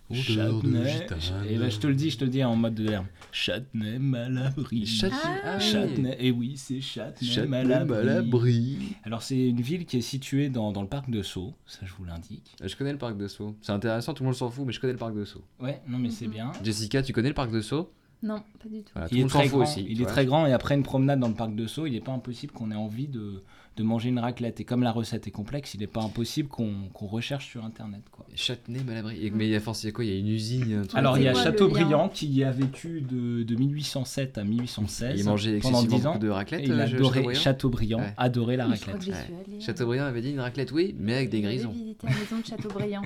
odeur de
Châtenay.
gitane.
Et là, je te le dis, je te le dis en mode Delerme. Châtenay Malabry.
Châtenay.
Ah,
Châtenay. Et eh oui, c'est Châtenay
bah,
Malabry.
Malabry.
Alors, c'est une ville qui est située dans, dans le parc de Sceaux, ça je vous l'indique.
Euh, Je connais le parc de Sceaux. C'est intéressant, tout le monde s'en fout, mais je connais le parc de Sceaux.
Ouais, non, mais c'est bien.
Jessica, tu connais le parc de Sceaux
Non, pas du tout.
Voilà, Bah, tout
Il
le
est,
monde s'en
très
fout
grand,
aussi.
il
tu
est
vois.
très grand et après une promenade dans le parc de Sceaux, il n'est pas impossible qu'on ait envie de, de manger une raclette. Et comme la recette est complexe, il n'est pas impossible qu'on qu'on recherche sur Internet. Quoi.
Châtenay, Malabry. Et-
Mm.
Mais il y a forcément il y a quoi Il y a une usine. il y a un truc.
Alors il y a
quoi le
Chateaubriand qui a vécu de, de 1807 à
Il
1816
mangeait
pendant
excessivement
10 ans.
beaucoup de
Et
raclettes.
il
euh,
adorait
Chateaubriand.
Chateaubriand,
Ouais.
adorait la
Mais je crois que
raclette.
j'y
ouais.
suis allée. euh,
Chateaubriand avait dit une raclette, oui, mais avec des
J'avais
grisons.
visité la maison
[laughs]
de Chateaubriand.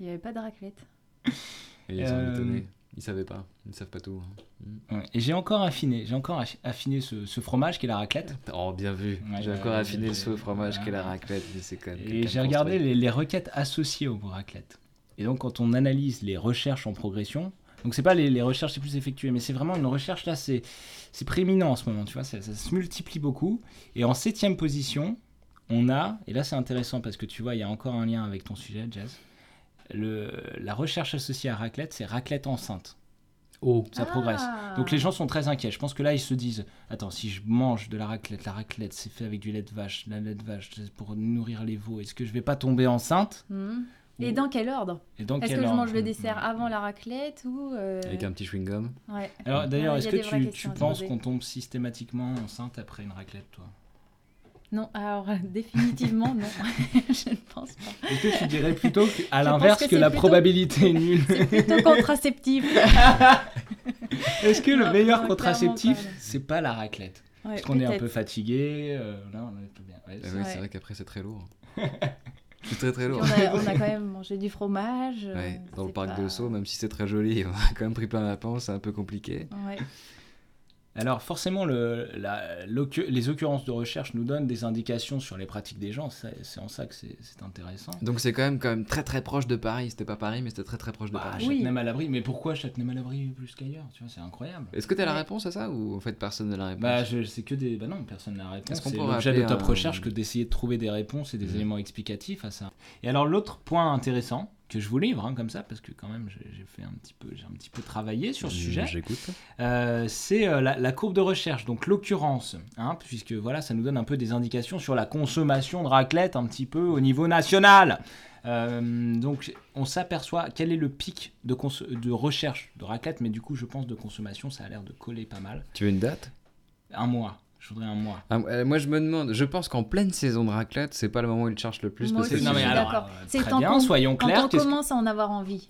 Il n'y avait pas de raclette.
Et ils ont
Euh,
étonné. Ils savaient pas. Ils ne savent pas tout.
[laughs]
hein.
Ouais. Et j'ai encore affiné, j'ai encore affi- affiné ce, ce fromage qui est la raclette.
Oh, bien vu.
Ouais,
J'ai
ouais,
encore
ouais,
affiné
ouais,
le saut au
ouais.
fromage qu'est la raclette. mais c'est quand même quelqu'un
Et
de
j'ai regardé
construit.
les, les requêtes associées aux raclettes. Et donc, quand on analyse les recherches en progression, donc c'est pas les, les recherches les plus effectuées, mais c'est vraiment une recherche là, c'est c'est prééminent en ce moment, tu vois, ça, ça se multiplie beaucoup. Et en septième position, on a, et là c'est intéressant parce que tu vois, il y a encore un lien avec ton sujet, Jazz. Le, la recherche associée à raclette, c'est raclette enceinte.
Oh.
Ça
Ah.
progresse. Donc
Euh.
les gens sont très inquiets. Je pense que là, ils se disent Attends, si je mange de la raclette, la raclette c'est fait avec du lait de vache, la lait de vache c'est pour nourrir les veaux, est-ce que je vais pas tomber enceinte
Hmm. Et dans quel ordre
Et donc, Hmm.
Est-ce que je mange le dessert avant la raclette ou euh,
Avec un petit chewing-gum. Ah
ouais.
Alors d'ailleurs,
Ouais,
est-ce
il
que
y a des vraies
tu, tu
questions à se
penses
poser.
qu'on tombe systématiquement enceinte après une raclette, toi
Non, alors euh,
[laughs]
définitivement non. [laughs] je ne pense pas.
Est-ce que tu dirais plutôt
[laughs]
que, à
Je
l'inverse
pense que
que, la
c'est plutôt-
probabilité est
[laughs]
nulle
C'est
[laughs]
plutôt contraceptif.
Est-ce que le
Non,
meilleur
non,
contraceptif,
clairement pas, non.
c'est pas la raclette
Ouais,
Parce qu'on est un
peut-être.
peu fatigué, euh, là on est tout bien. Ouais,
Ah
c'est-
oui,
Ouais.
c'est vrai qu'après, c'est très
[laughs]
lourd. c'est très très
Puis
lourd.
on, a, on a quand même mangé du fromage.
[laughs]
euh,
Ouais, dans le
c'est
parc
pas-
de Sceaux, même si c'est très joli, [laughs] on a quand même pris plein la panse, c'est un peu compliqué.
Ouais.
Alors forcément, le- la- l'occur- les occurrences de recherche nous donnent des indications sur les pratiques des gens, c'est c'est en ça que c'est c'est intéressant.
Donc c'est quand même, quand même très très proche de Paris. C'était pas Paris, mais c'était très très proche de
Bah,
Paris.
oui.
Châtenay-Malabry, mais pourquoi Châtenay-Malabry plus qu'ailleurs Tu vois, c'est incroyable.
Est-ce que t'as la réponse à ça ou en fait personne n'a la réponse
Bah, je, c'est que des. Bah non, personne n'a la réponse.
Est-ce qu'on
C'est
pourrait
l'objet de
appeler
Top
un-
Recherche que d'essayer de trouver des réponses et des
Mhm.
éléments explicatifs à ça. Et alors, l'autre point intéressant que je vous livre, hein, comme ça, parce que quand même, j'ai j'ai fait un petit peu, j'ai un petit peu travaillé sur ce
Mmh,
sujet.
J'écoute.
Euh, c'est euh, la, la courbe de recherche, donc l'occurrence, hein, puisque voilà, ça nous donne un peu des indications sur la consommation de raclette un petit peu au niveau national. Euh, donc on s'aperçoit quel est le pic de, cons- de recherche de raclette, mais du coup je pense de consommation, ça a l'air de coller pas mal.
Tu veux une date
Un mois. Je voudrais un mois.
Ah, euh, moi, je me demande, je pense qu'en pleine saison de raclette, c'est pas le moment où ils cherchent le plus.
Moi
parce que
aussi,
c'est-
Non, mais
je suis
alors,
d'accord.
euh,
C'est
très
quand
bien,
on-
soyons
Quand
clairs,
on
qu'est-ce que-
commence à en avoir envie.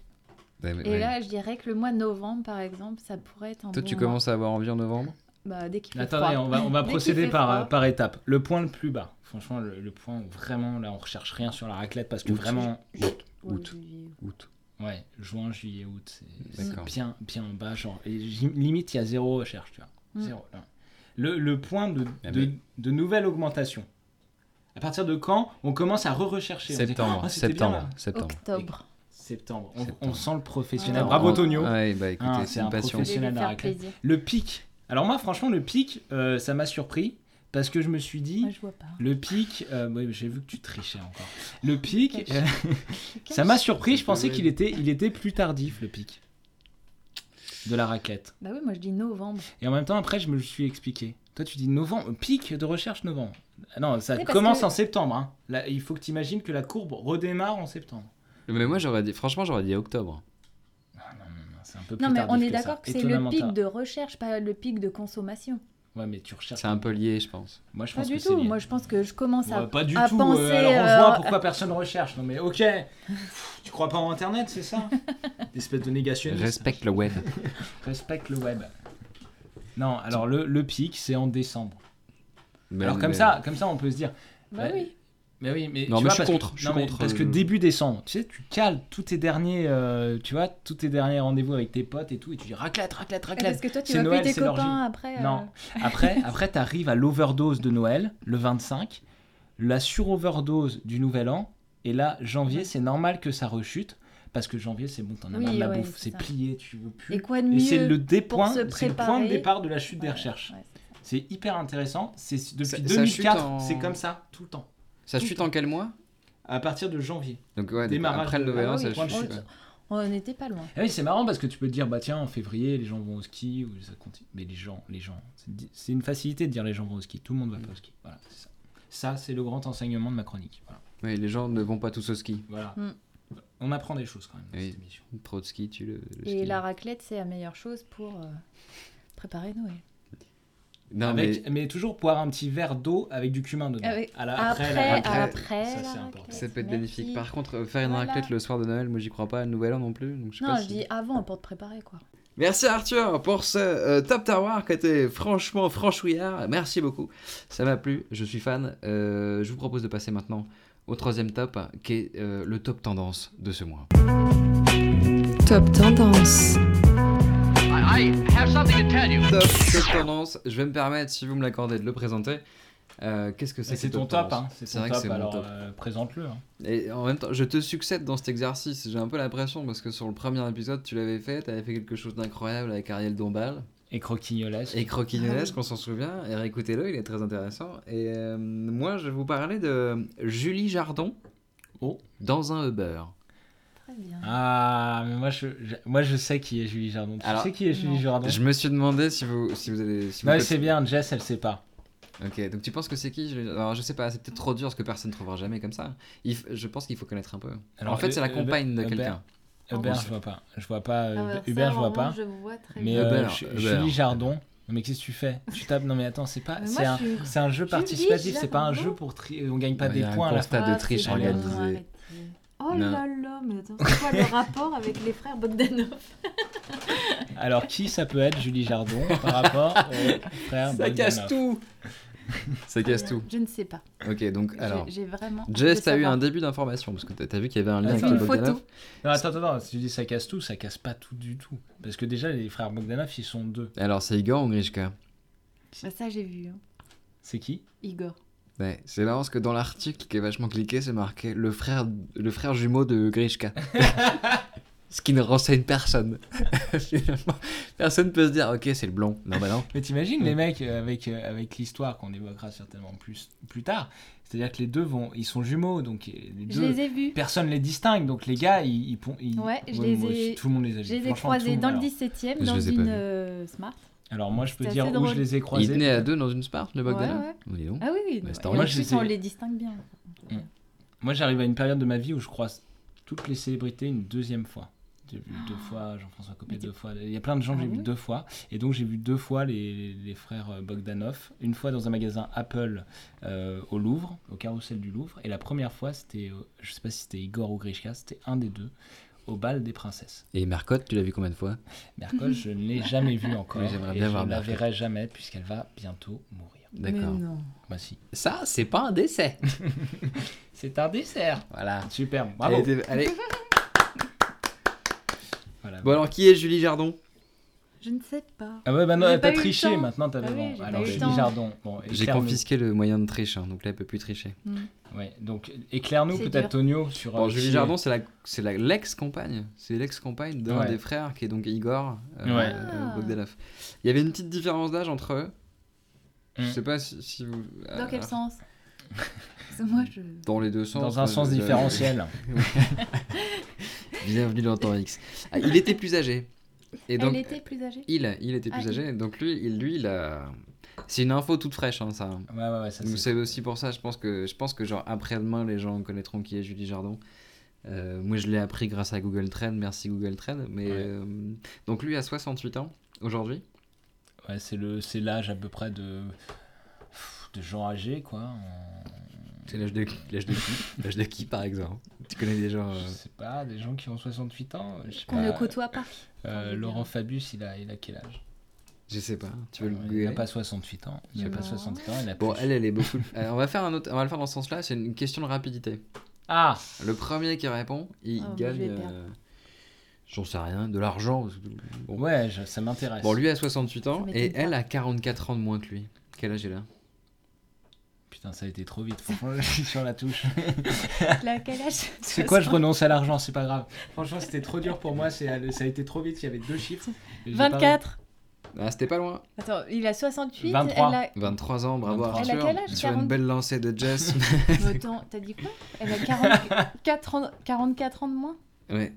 Ouais, mais-
Et
ouais.
là, je dirais que le mois de novembre, par exemple, ça pourrait être un
Toi,
bon
tu
mois.
commences à avoir envie en novembre
Bah, dès qu'il fait
Attendez,
froid.
on va, on va
Dès qu'il
procéder
fait
par, euh,
froid.
par étapes. Le point le plus bas. Franchement, le, le point où vraiment, là, on recherche rien sur la raclette parce que
Août.
vraiment.
Ouais,
août.
juillet.
Août.
Ouais, juin, juillet, août, c'est
D'accord.
c'est bien, bien en bas. Genre, et j'im- limite, il y a zéro recherche, tu vois.
Mm.
Zéro, non. Le, le point de,
Ah,
de, de nouvelle augmentation. À partir de quand on commence à re-rechercher On dit,
Septembre.
Ah, c'était bien,
septembre.
là.
Septembre.
Octobre.
Septembre. On,
Septembre.
on sent le professionnel.
Ah.
Bravo, Tonio.
Ouais, bah écoutez,
Ah,
c'est
c'est
une
un
passion.
Je vais
Professionnel
lui
de
faire
raclette.
plaisir.
Le pic. Alors, moi, franchement, le pic, euh, ça m'a surpris parce que je me suis dit.
Moi, je vois pas.
Le pic, euh, oui, j'ai vu que tu trichais encore. Le pic,
Cache.
euh,
Cache.
ça m'a surpris, je pensais qu'il était, il était plus tardif, le pic de la raclette.
Bah oui, moi, je dis novembre.
Et en même temps, après, je me le suis expliqué. Toi, tu dis novembre, pic de recherche novembre. Ah Non, ça
Oui, parce
commence
que-
en septembre. hein. Là, il faut que tu imagines que la courbe redémarre en septembre.
Mais moi, j'aurais dit, franchement, j'aurais dit octobre.
Ah non, non, non, c'est un peu plus
Non, mais
tardif
on est
que ça.
d'accord que c'est le
Étonnamment
pic
tard.
de recherche, pas le pic de consommation.
Ouais, mais tu recherches.
C'est un peu lié, je pense.
Moi, je
Pas
pense
du
que c'est
tout.
lié.
Moi, je pense que je commence à.
Ouais, pas du
à
tout. euh,
penser,
alors on
euh,
voit pourquoi personne ne recherche. Non mais ok, Pff, tu crois pas en Internet, c'est ça Espèce de négationniste.
Respecte le web.
Respecte le web. Non, alors le, le pic, c'est en décembre.
Mais-
alors comme
mais-
ça, comme ça, on peut se dire.
Bah oui.
Mais oui, mais
Non,
tu
mais
vois,
je suis
parce que-
contre, je suis
non, mais
contre,
Parce que
euh,
début décembre, tu sais, tu cales tous tes derniers, euh, tu vois, tous tes derniers rendez-vous avec tes potes et tout, et tu dis raclette, raclette,
Et Parce
raclette.
que toi, tu
C'est
vois plus
Noël,
tes
c'est l'orgie.
copains après. euh,
Non.
[laughs]
Après, après, t'arrives à l'overdose de Noël, le 25, la suroverdose du Nouvel An, et là, janvier, c'est normal que ça rechute, parce que janvier, c'est bon, t'en as
Oui,
marre de la
ouais,
bouffe,
c'est
c'est
ça.
plié, tu veux plus.
Et
Et,
quoi de mieux
c'est le, dé-
pour
point-
se
c'est le point de
préparer
départ de la chute des
Ouais,
recherches.
ouais.
C'est hyper intéressant, c'est depuis
Ça- ça chute
2004,
en-
c'est comme ça, tout le temps.
Ça chute en quel mois
À partir de janvier.
Donc, ouais,
Démarrage
après le
de-
nouvel
Ah
an,
oui,
ça
point de
chute.
chute.
ouais.
On n'était pas loin.
Ah oui, c'est marrant parce que tu peux te dire, bah tiens, en février, les gens vont au ski, ou ça continue. Mais les gens, les gens, c'est di- c'est une facilité de dire les gens vont au ski, tout le monde va
Mm.
pas au ski. Voilà, c'est ça. Ça, c'est le grand enseignement de ma chronique. Voilà.
Oui, les gens ne vont pas tous au ski.
Voilà.
Mm.
On apprend des choses quand même dans
Oui.
cette émission.
Trop de ski, tu le. le
Et
ski.
la raclette, c'est la meilleure chose pour euh, préparer Noël.
Non, mais
Avec- mais... toujours boire un petit verre d'eau avec du cumin dedans.
Avec-
À la-
Ah Après,
la
après,
raclette. ça,
la
c'est important.
raclette,
ça peut être
merci.
bénéfique. Par contre, euh, faire une
Voilà.
raclette le soir de Noël, moi, j'y crois pas. Nouvel an non plus. Donc, je sais
Non,
pas
je
si-
dis avant pour te préparer, quoi.
Merci Arthur pour ce euh, top terroir qui était franchement franchouillard. Merci beaucoup. Ça m'a plu, je suis fan. Euh, je vous propose de passer maintenant au troisième top qui est euh, le top tendance de ce mois.
Top tendance.
Top, top tendance, je vais me permettre, si vous me l'accordez, de le présenter. Euh, Qu'est-ce que c'est
Et C'est
que
ton top,
tendance
hein.
C'est
ton
vrai que
top,
c'est mon
alors
top.
euh, présente-le. hein.
Et en même temps, je te succède dans cet exercice. J'ai un peu l'impression parce que sur le premier épisode, tu l'avais fait, tu avais fait quelque chose d'incroyable avec Ariel Dombal.
Et croquignolesque.
Et Croquignolesque, on s'en souvient, et réécoutez-le, il est très intéressant. Et euh, moi, je vais vous parler de Julie Jardon
Oh.
dans un Uber.
Très bien.
Ah, mais moi je, je- moi je sais qui est Julie Jardon. Tu
Alors-
sais qui est Julie
Non.
Jardon
Je me suis demandé si vous, si vous avez... Si vous
Non, mais
cotez-
c'est bien, Jess elle sait pas.
Ok, donc tu penses que Bah, c'est qui Julie- Alors je sais pas, c'est peut-être trop dur parce que personne ne trouvera jamais comme ça. Il f- Je pense qu'il faut connaître un peu.
Alors,
en fait, c'est la
euh,
compagne de
Uber-
quelqu'un.
Hubert,
bon,
je vois pas. Je vois pas. euh,
Alors Ah bah, ça,
Hubert, je
vraiment,
vois pas.
Je vois très
Mais
bien.
euh,
Hubert,
Ju-
Hubert.
Julie Jardon. Non, mais qu'est-ce que tu fais Tu tapes. Non, mais attends, c'est pas.
Mais
C'est
moi,
un,
je suis-
c'est un jeu
Julie
participatif. C'est pas un
Jardon
jeu pour. Tri... euh, On gagne pas
Il
des
y a un
points à la fin.
constat de
Ah,
triche
c'est bon,
organisée.
arrêtez. Oh
Non.
là là, mais attends, c'est quoi le rapport avec les frères Bogdanov
[laughs]
Alors, qui ça peut être Julie Jardon par rapport [laughs] au frère
Ça casse
Bogdanov
tout [laughs] Ça casse tout.
Je ne sais pas.
Ok, donc
J'ai-
alors...
J'ai vraiment. hâte
Jess,
de
t'as eu
savoir.
un début d'information parce que t'as t'as vu qu'il y avait un lien
Avec
avec
une
le Bogdanov.
photo.
Non, attends, attends, attends. Si tu dis ça casse tout, ça casse pas tout du tout. Parce que déjà, les frères Bogdanov, ils sont deux.
Alors c'est Igor ou Grishka
Bah, ça, j'ai vu. hein.
C'est qui
Igor.
Ouais, c'est marrant parce que dans l'article qui est vachement cliqué, c'est marqué le frère, le frère jumeau de Grishka. [laughs] Ce qui ne renseigne personne. [laughs] Finalement, personne peut se dire, ok, c'est le blond. Non, bah non.
Mais t'imagines les mecs euh, avec, euh, avec l'histoire qu'on évoquera certainement plus, plus tard. C'est-à-dire que les deux vont. Ils sont jumeaux, donc euh, les
Je
deux.
les ai vus.
Personne les distingue, donc les gars, ils. ils pon- ils-
Ouais, je les
moi
ai-
aussi, Tout le monde les a vus.
Je les ai
Franchement, tout
croisés
monde-
dans le
alors-
17
Je
e dans
les ai pas
une
vus.
euh, Smart.
Alors moi je peux
C'était
dire
assez
où
drôle.
je les ai
Il
croisés.
venait à deux dans une Sparte, le
Ouais,
Bogdanov
ouais.
Oui, donc.
Ah oui, oui.
Bah,
non,
c'est
et
normal,
en
je
plus,
les ai-
on les distingue bien.
Moi j'arrive à une période de ma vie où je croise toutes les célébrités une deuxième fois. J'ai vu deux
Oh.
fois Jean-François Copé, deux fois. Il y a plein de gens
Ah
que j'ai vu deux fois. Et donc, j'ai vu deux fois les, les frères euh, Bogdanov. Une fois dans un magasin Apple euh, au Louvre, au carrousel du Louvre. Et la première fois, c'était, euh, je sais pas si c'était Igor ou Grishka, c'était un des deux, au bal des princesses.
Et Mercotte, tu l'as vu combien de fois
Mercotte, je ne l'ai jamais vue encore.
Oui, j'aimerais
et
bien voir
Je ne la
Mercotte.
verrai jamais, puisqu'elle va bientôt mourir.
Mais
D'accord.
non.
Bah, si.
Ça, c'est pas un décès.
C'est un dessert.
Voilà.
Super, bravo.
Allez, t'es- allez.
Voilà.
Bon, alors, qui est Julie Jardon
Je ne sais pas.
Ah ouais, bah non,
J'ai pas
t'as
eu le
triché
temps.
maintenant, t'as
Ah oui,
bon,
j'ai
Alors,
pas eu le
Julie
temps.
Jardon. Bon,
J'ai
éclaire-nous.
confisqué le moyen de triche, hein, donc là, elle peut plus tricher.
Ouais, donc éclaire-nous
C'est
peut-être
dur.
Tonio sur.
Bon,
euh,
Julie
qui-
Jardon, c'est la, c'est la- l'ex-compagne, c'est l'ex-compagne d'un
Ouais.
des frères qui est donc Igor euh,
Ouais.
euh, Bogdanov. Il y avait une petite différence d'âge entre eux. Je
Mm.
sais pas si, si vous.
Dans quel
euh,
sens Parce que Moi, je.
Dans les deux sens. euh,
Dans un
quoi,
sens
je- je-
différentiel.
[laughs] Bienvenue dans le temps X. Ah, il était plus âgé. Et donc,
Elle était plus âgée
il, il était plus
Ah,
âgé. Donc lui, il, lui, il a. C'est une info toute fraîche, hein, ça.
Ouais, ouais, ouais, ça
Donc,
c'est.
C'est aussi pour ça, je pense que, je pense que genre après-demain, les gens connaîtront qui est Julie Jardon. Euh, moi, je l'ai appris grâce à Google Trend. Merci Google Trend. Mais
Ouais.
euh, donc lui a 68 ans aujourd'hui.
Ouais, c'est le, c'est l'âge à peu près de, pff, de gens âgés quoi. en-
C'est l'âge de, l'âge de qui L'âge de qui, par exemple Tu connais des gens euh,
Je sais pas, des gens qui ont 68 ans. Je sais
Qu'on ne
Bah,
pas.
côtoie pas.
Euh, Laurent Fabius, il a, il a quel âge
Je sais pas. Tu veux le
Il
googler
n'a pas 68 ans. Il n'a
Non.
pas 68 ans. Il a
Bon,
plus.
elle, elle est [laughs] beaucoup. Alors, Euh, on va faire un autre. On va le faire dans ce sens-là. C'est une question de rapidité.
Ah,
Le premier qui répond, il
Oh, moi, je
gagne.
vais perdre.
euh, J'en sais rien, de l'argent. Bon.
ouais, je- ça m'intéresse.
bon, lui a 68 ans
m'étonne
et
pas.
elle a 44 ans de moins que lui. Quel âge elle a
Putain, ça a été trop
[laughs]
vite. Franchement, je suis sur la touche.
La quel âge
C'est quoi, je renonce à l'argent, c'est pas grave. Franchement, c'était trop dur pour moi, c'est- euh, ça a été trop vite, il y avait deux chiffres. J'ai pas-
24.
Ah, c'était pas loin.
Attends, il a 68.
23.
[laughs]
Elle a.
23 ans, bravo
23.
Elle a
Arthur.
quel âge
Sur une
40?
belle lancée de Jess.
Mais attends, t'as dit quoi Elle a 44 ans, 44 ans de moins
[laughs] ouais.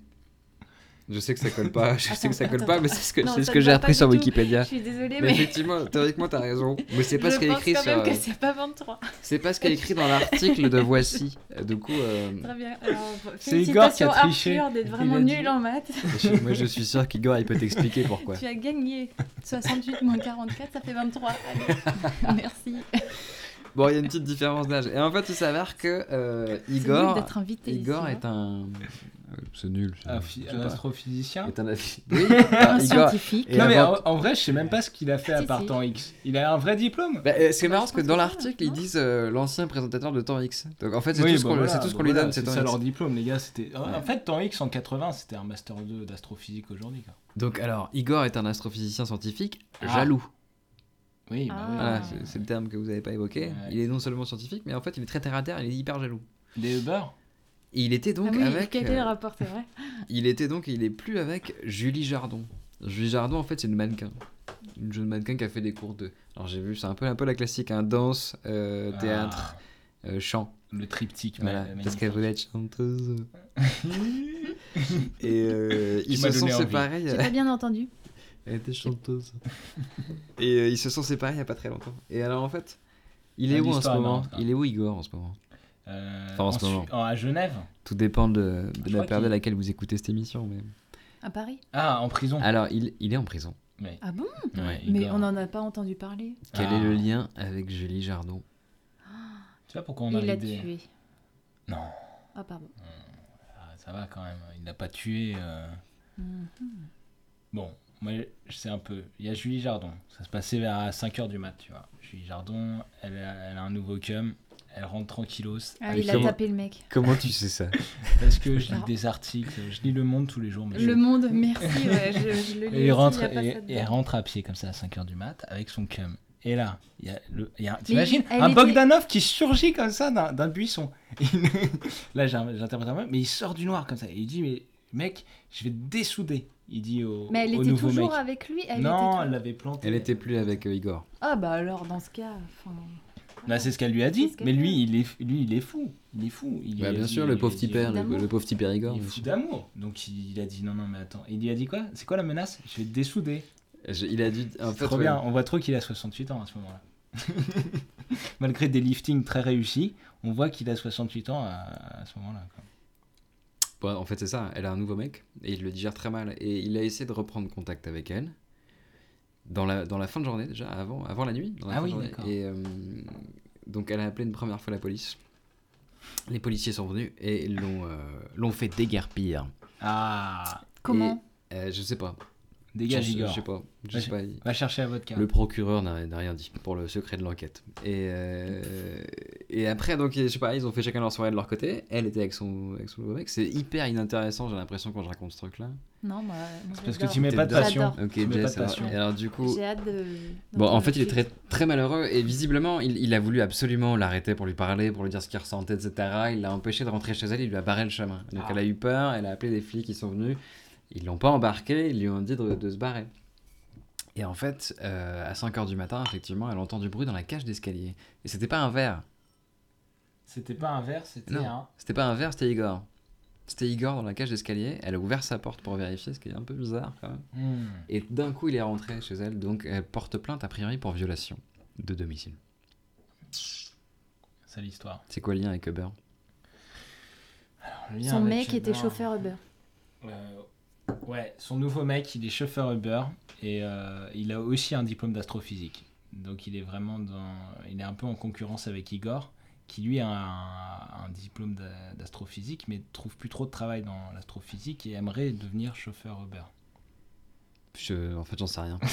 Je sais que ça colle pas, je sais
Attends,
que ça colle
attends.
pas, mais c'est ce que,
Non,
c'est
ça
ce
ne
que j'ai
va pas
appris
du
sur
tout.
Wikipédia.
Je suis désolée,
Mais
[laughs] mais.
effectivement, théoriquement, t'as raison. Mais c'est pas
je
ce qu'elle
pense
écrit
quand
sur.
même que
euh,
c'est pas 23.
C'est pas ce qu'elle écrit dans l'article de Voici. Euh, Du coup, euh,
Très
[laughs]
bien. Alors,
C'est Igor qui a
félicitations,
triché.
Arthur, d'être
Il
vraiment
a dit-
nul en maths.
je- moi je suis sûr qu'Igor il peut t'expliquer
[laughs]
pourquoi.
Tu as gagné. 68 moins 44, ça fait
[laughs]
23. Allez, merci.
Bon, il y a une petite différence d'âge. Et en fait, il s'avère que euh,
C'est nul
Igor,
d'être hein. invité.
Igor
ici,
est un. C'est nul.
Un, Ah, phy- un astrophysicien
Est un affi- [laughs]
hein.
Bah,
un
Igor.
scientifique.
Et
Non, mais en,
avant-
en vrai, je sais même pas ce qu'il a fait à
Si,
part
si.
temps X. Il a un vrai diplôme
Bah, euh, c'est marrant parce
Ah je
que
pense
dans
que ça,
l'article ils
non
disent euh, l'ancien présentateur de Temps X. Donc en fait c'est
Oui,
tout ce
bah
qu'on
voilà,
c'est tout ce
bah
qu'on lui
voilà,
donne, c'est
c'est
Temps
ça
X.
leur diplôme, les gars. C'était... En fait, temps X en 80, c'était un Master 2 d'astrophysique aujourd'hui. quoi.
Donc alors Igor est un astrophysicien scientifique
Ah.
jaloux.
Oui, bah oui.
Ah.
Voilà, c'est- c'est le terme que vous n'avez pas évoqué.
Ouais.
Il est non seulement scientifique, mais en fait il est très terre à terre, il est hyper jaloux.
Des Uber
Et il était donc
ah oui,
avec.
quel est hein.
euh,
le rapport, c'est vrai
Il était donc, il est plus avec Julie Jardon. Julie Jardon, en fait, c'est une mannequin. Une jeune mannequin qui a fait des cours de. Alors j'ai vu, c'est un peu, un peu la classique, hein, danse, euh, théâtre,
Ah,
euh, chant.
le triptyque,
Voilà,
ouais,
parce
magnifique.
qu'elle voulait être chanteuse.
[laughs]
Et euh, ils
m'as
se sont
donné envie.
séparés. euh,
[laughs]
J'ai pas bien entendu.
Elle était chanteuse. Et euh, ils se sont séparés il y a pas très longtemps. Et alors en fait, il est
Ah,
où en ce
l'histoire est
moment
marrante, quoi.
Il est où Igor en ce moment
Euh,
Enfin, en ce
Su-
moment.
en- à Genève
Tout dépend de, de la
Je crois
période
qu'il-
à laquelle vous écoutez cette émission.
[laughs]
Mais...
À Paris
Ah, en prison.
Alors il, il est en prison.
Ouais.
Ah bon
Ouais,
Mais
Igor.
on n'en a pas entendu parler.
Quel
Ah.
est le lien avec Julie Jardon
Tu vois pourquoi on a
Il l'a
l'idée
tué.
Non,
Ah, pardon.
ah, ça va quand même. Il l'a pas tué. euh.
Hmm.
Bon, moi, je sais un peu. Il y a Julie Jardon. Ça se passait à 5h du mat, tu vois. Julie Jardon, elle a, elle a un nouveau cum. Elle rentre tranquillos.
Ah, il a
comment-
tapé le mec.
Comment tu sais ça
Parce que je lis
Alors.
des articles, je lis Le Monde tous les jours. Mais je-
Le monde, merci, ouais, je,
[laughs]
je le lis.
et, elle
aussi,
rentre,
il y a pas
et,
ça
et elle
dedans.
rentre à pied comme ça à 5h du mat avec son cum. Et là, il y a le- il y a- t'imagines
elle
un
était-
Bogdanov qui surgit comme ça d'un d'un buisson. [laughs] Il- là, j'ai- j'interprète un peu, mais il sort du noir comme ça. Et il dit, mais mec, je vais te dessouder. Il dit au,
Mais elle
au
était
nouveau
toujours
mec.
avec lui. Elle
non,
était
elle l'avait planté.
Elle était plus avec euh, Igor.
Ah bah alors dans ce cas, enfin,
Bah, c'est ce qu'elle lui a
C'est
dit.
ce qu'elle
Mais lui,
dit.
il est, lui, il est fou. Il est fou. Il lui a
Bah, bien
dit-
sûr,
il
le
lui
pauvre
a
petit
dit-
père,
le-
le,
le
pauvre petit père Igor.
Il est fou d'amour. Donc il a dit non, non, mais attends. Il lui a dit quoi C'est quoi la menace Je vais te dessouder.
Il a dû. En
C'est
fait,
trop
ouais.
bien. On voit trop qu'il a 68 ans à ce moment-là. [laughs] Malgré des liftings très réussis, on voit qu'il a 68 ans à, à ce moment-là. quoi.
Bon, Bah, en fait, c'est ça. Elle a un nouveau mec et il le digère très mal. Et il a essayé de reprendre contact avec elle dans la, dans la fin de journée, déjà, avant, avant la nuit. dans la fin
Ah
de
oui,
journée.
d'accord.
Et euh, donc, elle a appelé une première fois la police. Les policiers sont venus et l'ont euh, l'ont fait déguerpir.
Ah,
Comment
Euh, je sais pas.
dégage
je, je
Igor.
sais pas. Je sais pas.
Va chercher la vodka.
Le procureur n'a n'a rien dit pour le secret de l'enquête. Et, euh, et après, donc, je sais pas, ils ont fait chacun leur soirée de leur côté. Elle était avec son, avec son nouveau mec. C'est hyper inintéressant, j'ai l'impression, quand je raconte ce truc-là.
Non, moi. moi,
Parce que
j'adore.
tu mets pas de
J'adore.
passion.
Ok,
Tu mets pas
Jess,
de
alors,
passion.
et alors du coup.
J'ai hâte de.
Bon, en fait, il est
d'entendre
très, très malheureux et visiblement, il, il a voulu absolument l'arrêter pour lui parler, pour lui dire ce qu'il ressentait, etc. Il l'a empêché de rentrer chez elle, il lui a barré le chemin. Donc,
Ah.
elle a eu peur, elle a appelé des flics qui sont venus. Ils l'ont pas embarqué, ils lui ont dit de, de se barrer. Et en fait, euh, à 5 h du matin, effectivement, elle entend du bruit dans la cage d'escalier. Et c'était pas un verre.
C'était pas un verre, c'était
Non.
un.
C'était pas un verre, c'était Igor. C'était Igor dans la cage d'escalier. Elle a ouvert sa porte pour vérifier, ce qui est un peu bizarre quand même.
Hmm.
Et d'un coup, il est rentré chez elle, donc elle porte plainte a priori pour violation de domicile.
C'est l'histoire.
C'est quoi le lien avec Uber
Le lien
Son
avec
mec était
Uber.
chauffeur Uber.
Euh, ouais, son nouveau mec, il est chauffeur Uber et euh, il a aussi un diplôme d'astrophysique. Donc il est vraiment dans, il est un peu en concurrence avec Igor, qui lui a un, un diplôme d'a- d'astrophysique, mais trouve plus trop de travail dans l'astrophysique et aimerait devenir chauffeur Uber.
Je- En fait, j'en sais rien.
[laughs]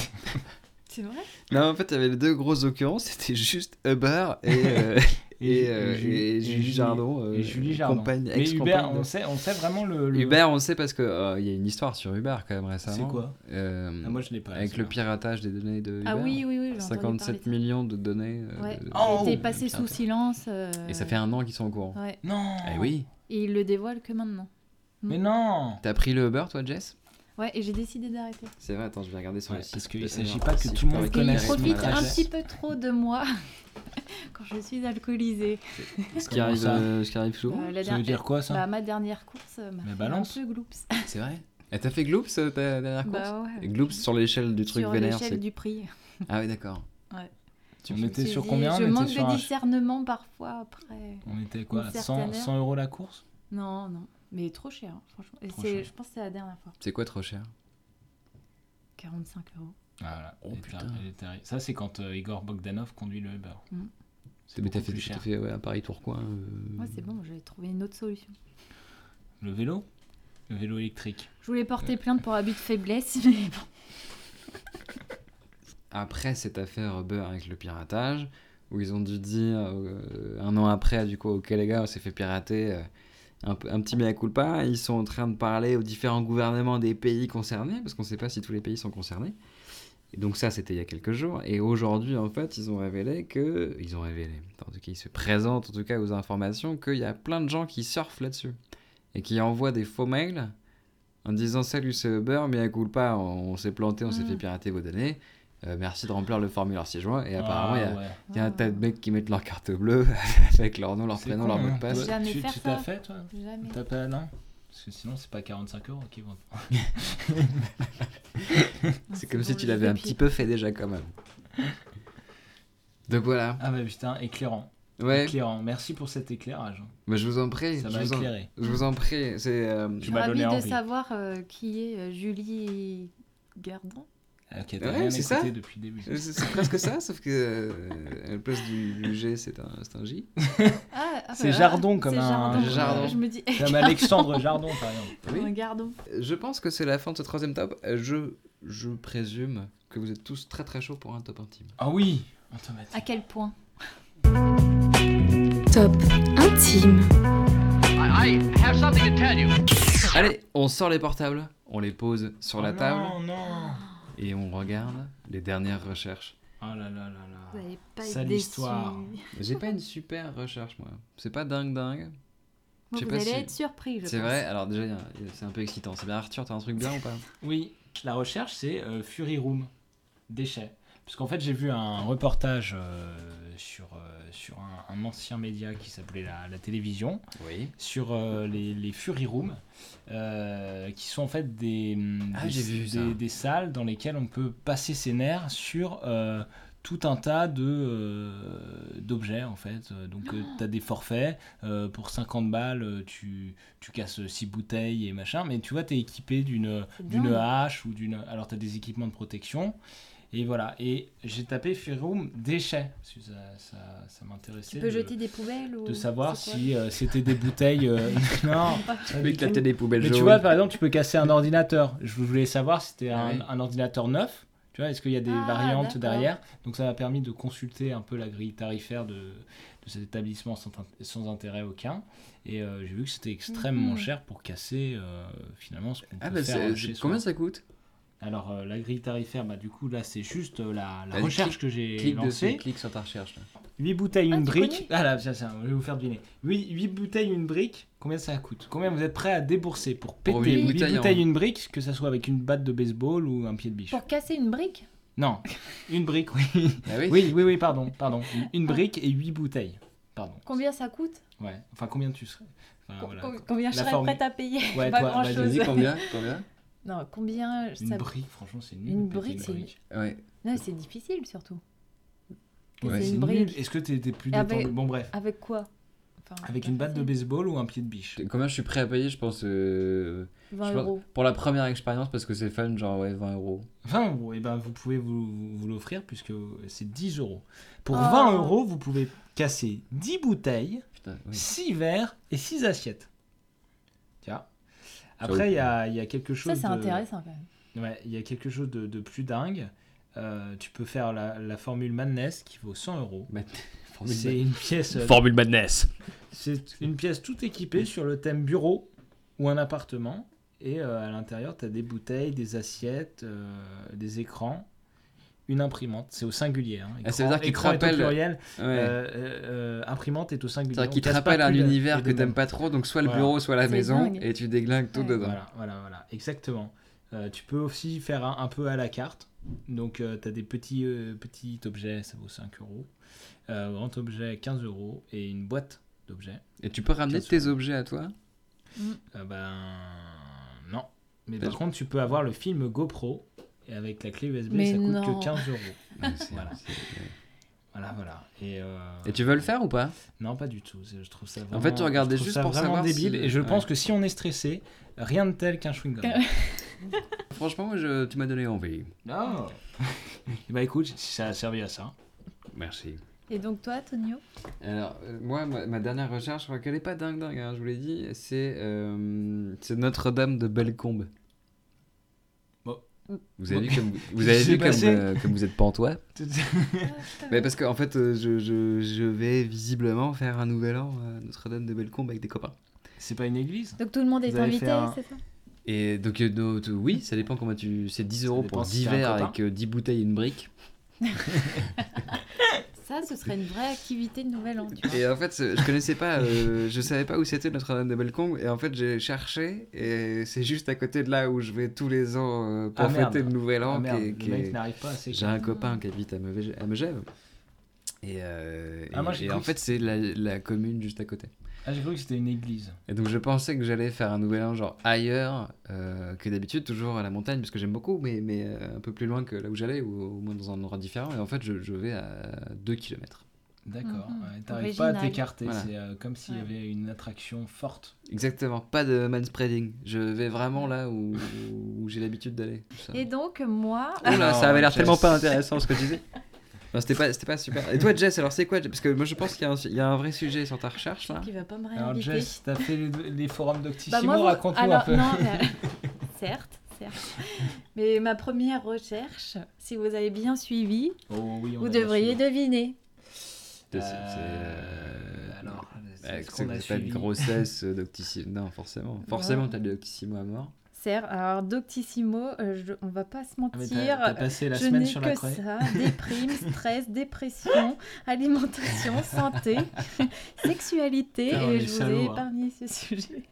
C'est vrai
non, en fait, il y avait les deux grosses occurrences, c'était juste Uber et,
[laughs]
euh, et, euh,
Ju-
et Julie Jardon, euh,
et Julie Jardon.
compagne-
mais
ex-compagne
Uber,
de-
on sait, on sait vraiment le. le-
Uber, on sait parce que euh, il y a une histoire sur Uber quand même récemment.
C'est quoi
Euh,
Ah, Moi je l'ai pas.
Avec le
celle-là.
piratage des données de Uber.
Ah oui, oui, oui. j'ai entendu parler de ça.
57 millions de données. euh,
Ouais.
de-
Oh
Il
de-
était passé sous silence. euh, Oh.
Et ça fait un an qu'ils sont au courant.
Ouais.
Non.
Eh oui.
Et il le dévoile que maintenant.
Mais non.
T'as pris le Uber, toi, Jess
Ouais, et j'ai décidé d'arrêter.
C'est vrai, attends, je vais regarder sur
Ouais,
le site.
parce qu'il
de-
s'agit
non,
pas que
si,
tout le
je
monde
peux
Et il
connaisse
regarder.
profite
ma
un
sagesse.
petit peu trop de moi [laughs] quand je suis alcoolisée.
Ce qui arrive,
Comment ça
euh, ce qui arrive souvent.
Euh, la
Ça veut
dernière-
dire quoi ça
bah, Ma dernière course euh, m'a
Mais
fait
balance.
un peu gloops.
C'est vrai. Et t'as fait Gloops euh, ta dernière course
[laughs] Bah ouais.
Gloops sur l'échelle du truc
Sur
vénère. c'est-
l'échelle du prix.
Ah oui, d'accord.
Ouais.
Tu
On
fais-
était
J'ai
sur
dit,
combien
Je
On était
manque
sur
de
un-
discernement parfois après.
On était quoi à
Une
100,
certaine
100 euros la course
Non, non. Mais trop cher, hein, franchement. Et
Trop
c'est-
cher.
Je pense que c'est la dernière fois.
C'est quoi trop cher
45 euros.
Voilà.
Oh,
Elle est
putain.
arri- elle est arri- Ça, c'est quand euh, Igor Bogdanov conduit le Uber.
Mm.
C'est
Mais
beaucoup
t'as fait,
plus
t'as
cher.
fait ouais, à Paris-Tourcoing. euh,
Mmh.
Moi, c'est bon, j'ai trouvé une autre solution.
Le vélo Le vélo électrique.
Je voulais porter plainte pour abus de faiblesse, [laughs] mais bon.
Après cette affaire Uber avec le piratage, où ils ont dû dire euh, un an après, du coup, ok les gars, on s'est fait pirater. euh, un, peu- un petit mea culpa, ils sont en train de parler aux différents gouvernements des pays concernés, parce qu'on ne sait pas si tous les pays sont concernés. Et donc ça, c'était il y a quelques jours. Et aujourd'hui, en fait, ils ont révélé que... Ils ont révélé. En tout cas, ils se présentent, en tout cas, aux informations, qu'il y a plein de gens qui surfent là-dessus. Et qui envoient des faux mails en disant « Salut, c'est Uber, mea culpa, on, on s'est planté, on s'est
Mm.
fait pirater vos données. Euh, merci de remplir le formulaire ci-joint. » Et apparemment, il y a...
Ah, ouais.
il y a un tas de
Ah,
mecs qui mettent leur carte bleue [laughs] avec leur nom, leur
C'est
prénom,
con,
leur mot
hein.
de passe.
Toi,
Jamais
tu
faire
tu t'as
ça.
fait, toi
Jamais.
T'as pas, non Parce que sinon, c'est pas 45 euros qu'ils vendent.
C'est comme si
bon,
tu
je
l'avais
fais
un
pied.
petit peu fait déjà quand même. Donc voilà.
[laughs] Ah, bah putain, éclairant.
Ouais,
Éclairant. Merci pour cet éclairage. hein.
mais je vous en prie.
Ça
je
m'a
vous en-
éclairé.
Je vous en prie. C'est. euh,
Je
Tu
suis
m'as
ravie
donné
de
envie.
savoir euh, qui est euh, Julie Gardon.
Ok,
Ouais,
t'as rien
c'est
écouté
ça.
depuis
[laughs]
le début.
c'est c'est presque ça, sauf que euh, à la place du, du G, c'est un, c'est un J.
Ah, ah,
C'est
bah,
Jardon
ah,
comme
c'est
un-
Jardon.
Je me dis, eh,
Comme
[laughs]
Alexandre Jardon, par exemple.
Oui.
un Gardon.
Je pense que c'est la fin de ce troisième top. Euh, Je, je présume que vous êtes tous très très chauds pour un top intime.
Ah oui Automatique.
À quel point
Top intime.
Allez, on sort les portables, on les pose sur
Ah
la
Ah. Oh
table
Non, non
et on regarde les dernières recherches.
Oh là là là là.
Vous n'allez pas
Sale
être déçus.
histoire.
J'ai pas une super recherche moi. C'est pas dingue dingue. Je
Bon,
sais
vous
pas
allez
si-
être surpris, je
C'est
pense.
vrai. Alors déjà, il y a- il y a- c'est un peu excitant. C'est bien Arthur, t'as un truc bien ou pas
Oui, la recherche, c'est euh, Fury Room, déchets. Parce qu'en fait, j'ai vu un reportage euh, sur, euh, sur un, un ancien média qui s'appelait la, la télévision,
Oui.
sur euh, les, les Fury Room, euh, qui sont en fait des,
Ah,
des,
j'ai vu ça.
des- des salles dans lesquelles on peut passer ses nerfs sur euh, tout un tas de euh, d'objets en fait. Euh, Donc
Ah.
tu as des forfaits euh, pour 50 balles, euh, tu, tu casses 6 bouteilles et machin, mais tu vois tu es équipé d'une
C'est
d'une
dingue.
hache ou d'une alors tu as des équipements de protection. Et voilà, et j'ai tapé Free Room déchets, parce que ça, ça, ça m'intéressait.
Tu peux
de-
jeter des poubelles ou
de savoir
c'est quoi
si euh, c'était des bouteilles.
[laughs]
euh, [laughs] non, pas
peux
du tout.
éclater des poubelles
Mais
jaunes.
tu vois, par exemple, tu peux casser un ordinateur. Je voulais savoir si c'était un,
Ouais.
un ordinateur neuf. Tu vois, est-ce qu'il y a des
Ah,
variantes
d'accord.
derrière Donc ça m'a permis de consulter un peu la grille tarifaire de, de cet établissement sans, int- sans intérêt aucun. Et euh, j'ai vu que c'était extrêmement
Mhm.
cher pour casser euh, finalement ce qu'on
Ah
peut
bah
faire
c'est-
euh, chez
c'est-
soi.
combien ça coûte
Alors euh, la grille tarifaire, bah, du coup là c'est juste euh, la, la
Vas-y,
recherche que j'ai
Clique dessus,
lancée.
clique sur ta recherche. là.
8 bouteilles,
Ah,
une
tu
brique.
connais
Ah là, tiens, tiens, je vais vous faire deviner. 8, bouteilles, une brique, combien ça coûte Combien vous êtes prêts à débourser pour péter
Pour
8,
huit bouteilles
bouteilles,
en-
une brique, que ça soit avec une batte de baseball ou un pied de biche
Pour casser une brique
Non, une brique, oui.
Ah oui,
Bah oui, oui, oui, pardon, pardon. Une- Une brique et 8 bouteilles. Pardon.
Ah. Combien ça coûte
Ouais, enfin combien tu serais Enfin, Ah, voilà.
Com- Combien je
La
serais
formule.
prête à payer
Ouais,
[laughs] Pas
toi, vas-y,
grand-chose.
Vas-y, combien, combien
Non, combien
Une
ça-
brique, franchement, c'est nul.
Une
de péter
brique, c'est-
Ouais.
Non, c'est difficile surtout.
Ouais,
c'est
c'est nul.
une brique.
Est-ce que t'es t'es plus
Avec-
détendu Bon, bref.
Avec quoi Enfin,
Avec
pas
une batte de
facile.
baseball ou un pied de biche
Combien je suis prêt à payer, je pense, euh,
20
je pense-
euros.
Pour la première expérience, parce que c'est fun, genre ouais, 20 euros.
Enfin, vous, eh ben, vous pouvez vous, vous- vous l'offrir puisque c'est 10 euros. Pour
Oh.
20 euros, vous pouvez casser 10 bouteilles,
Putain, oui.
6 verres et 6 assiettes. Tiens.
vaut
Après, il y a, il y a quelque
Ça,
chose.
c'est
de-
intéressant quand même.
Ouais, il y a quelque chose de, de plus dingue. Euh, tu peux faire la, la formule Madness qui vaut 100 euros.
Bah, formule
C'est
[laughs]
une pièce, euh,
Formule Madness.
c'est une pièce tout équipée sur le thème bureau ou un appartement. Et euh, à l'intérieur, tu as des bouteilles, des assiettes, euh, des écrans, une imprimante. C'est au singulier. Hein.
Ah, ça veut dire qu'il te
écran est au
rappelle-
pluriel,
Ouais.
euh, euh, euh, imprimante est au singulier.
C'est-à-dire qu'il
On
te
casse
rappelle
pas
un
plus de-
univers
et
que
de
t'aimes
nom.
pas trop, donc soit le
Voilà.
bureau, soit la
C'est
maison,
dingue.
et tu déglingues tout
Ouais.
dedans.
Voilà, voilà, voilà, exactement. Euh, tu peux aussi faire un, un peu à la carte. Donc, tu as des petits, euh, petits objets, ça vaut 5 euros. Euh, grand objet, 15 euros. Et une boîte d'objets,
Et tu peux ramener
Bien
tes objets à toi
euh, ben non. Mais
Bah,
par
je-
contre, tu peux avoir le film GoPro. Et avec la clé USB,
Mais
ça coûte
non.
que 15 euros. Voilà.
Et
Voilà, voilà. Et, euh,
tu veux le faire ou pas
Non, pas du tout. c'est- Je trouve ça
En
vraiment.
fait, tu regardais
je trouve
juste
ça
pour
vraiment
savoir si-
débile. Et je
Ouais.
pense que si on est stressé, rien de tel qu'un chewing-gum.
Euh.
Franchement, moi, je- tu m'as donné envie.
[laughs] Non. bah écoute, si ça a servi à ça. [laughs]
Merci.
Et donc toi, Tonio
Alors, euh, moi, ma, ma dernière recherche, je crois qu'elle est pas dingue dingue, hein, je vous l'ai dit, c'est euh, c'est Notre-Dame de Bellecombe.
Bon.
Vous avez
Bon.
vu comme, vous [laughs]
Qu'est-ce
avez
qui
vu
s'est
comme,
passé
euh, comme vous êtes pantois Mais
Mais
parce que en fait, euh, je, je- je vais visiblement faire un nouvel an à Notre-Dame de Bellecombe avec des copains.
C'est pas une église
Donc tout le monde
Vous
est
avez
invité,
fait un-
c'est ça
Et donc, euh, no- t- oui, ça dépend comment tu. C'est 10 euros
dépend
pour
si
10
t'as un
verres
copain.
avec euh, 10 bouteilles et une brique.
Ça, ce serait une vraie activité de Nouvel An, tu vois.
Et en fait, c'est- je connaissais pas, euh, je savais pas où c'était Notre-Dame de Bellecombe. Et en fait, j'ai cherché et c'est juste à côté de là où je vais tous les ans euh, pour
Ah, merde.
fêter le nouvel an.
Ah merde,
qui est-
le
qui
mec
est-
n'arrive pas à
J'ai
s'éclater.
un copain qui habite à Megève. À Megève. Et, euh,
Ah,
et-
moi, j'ai
et
cru
en
que
fait, c'est la, la commune juste à côté.
Ah, j'ai cru que c'était une église.
Et donc, je pensais que j'allais faire un nouvel an, genre ailleurs euh, que d'habitude, toujours à la montagne, parce que j'aime beaucoup, mais, mais euh, un peu plus loin que là où j'allais, ou au moins dans un endroit différent. Et en fait, je, je vais à 2 km.
D'accord.
Mhm.
ouais, T'arrives pas à
Original.
t'écarter.
Voilà.
C'est euh, comme s'il y
Ouais.
avait une attraction forte.
Exactement, pas de manspreading. Je vais vraiment là où, où j'ai l'habitude d'aller. tout ça.
Et donc, moi,
Oh là, ça avait l'air
Jess.
tellement pas intéressant ce que tu
[laughs]
disais. Non, c'était pas, c'était pas super. Et toi, Jess, alors c'est quoi Parce que moi, je pense qu'il y a un, il y a un vrai sujet sur ta recherche là.
qui va pas me
Alors
réinviter.
Jess, t'as fait les, les forums
Ah, Bah,
d'Octissimo,
moi, vous-
raconte-nous un
alors,
peu.
non,
[laughs]
mais- certes, certes. Mais ma première recherche, si vous avez bien suivi,
Oh, oui, on
vous
a bien
devriez
suivi.
deviner.
C'est-
Euh,
c'est, euh,
alors,
Bah,
c'est ce
c'est
qu'on
que
a
c'est pas une
suivi.
grossesse euh, d'Octissimo. Non, forcément. Forcément, t'as de l'Octissimo à mort.
Certes, alors Doctissimo, euh, je- on va pas se
Ah, mais t'as-
mentir.
T'as passé la
je
semaine
n'ai
sur la
que
chronique.
ça, [laughs] déprime, stress, dépression, alimentation, santé,
[laughs]
sexualité,
Putain, on est
et je vous
salauds,
ai
hein.
épargné ce sujet.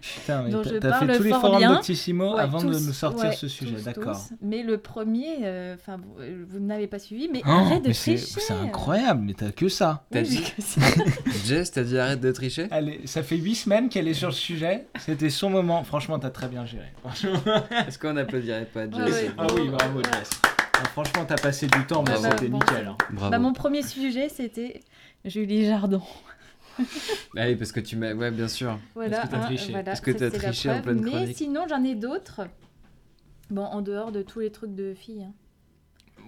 Putain, mais
dont
t'as-
je
t'as fait
parle
tous les
fort
forums
bien.
d'Octissimo
Ouais,
avant de
tous,
nous sortir
ouais,
ce sujet,
tous,
d'accord.
tous. Mais le premier, euh, enfin, vous- euh, vous, n'avez pas suivi, mais
Oh,
arrête de
mais c'est
tricher.
c'est incroyable, mais t'as que ça.
T'as
Oui,
dit-
[laughs]
j'ai que ça.
Jess, t'as dit arrête de tricher.
Allez, ça fait 8 semaines qu'elle est sur le sujet. C'était son
Ah
moment. Franchement, t'as très bien géré.
Est-ce qu'on applaudirait pas
Ouais,
Jess
ouais.
Ah oui, bravo, Jess. Ah, franchement, t'as passé du temps, mais
Bravo.
c'était
Bon,
nickel. hein.
Bravo.
Bah, mon premier sujet, c'était Julie Jardon.
Ah oui, parce que tu m'as. Ouais, bien sûr.
Voilà,
Est-ce que t'as triché
voilà,
Est-ce que
ça,
t'as
c'est la
triché en
preuve.
pleine
Mais
chronique
sinon, j'en ai d'autres. Bon, en dehors de tous les trucs de filles. hein.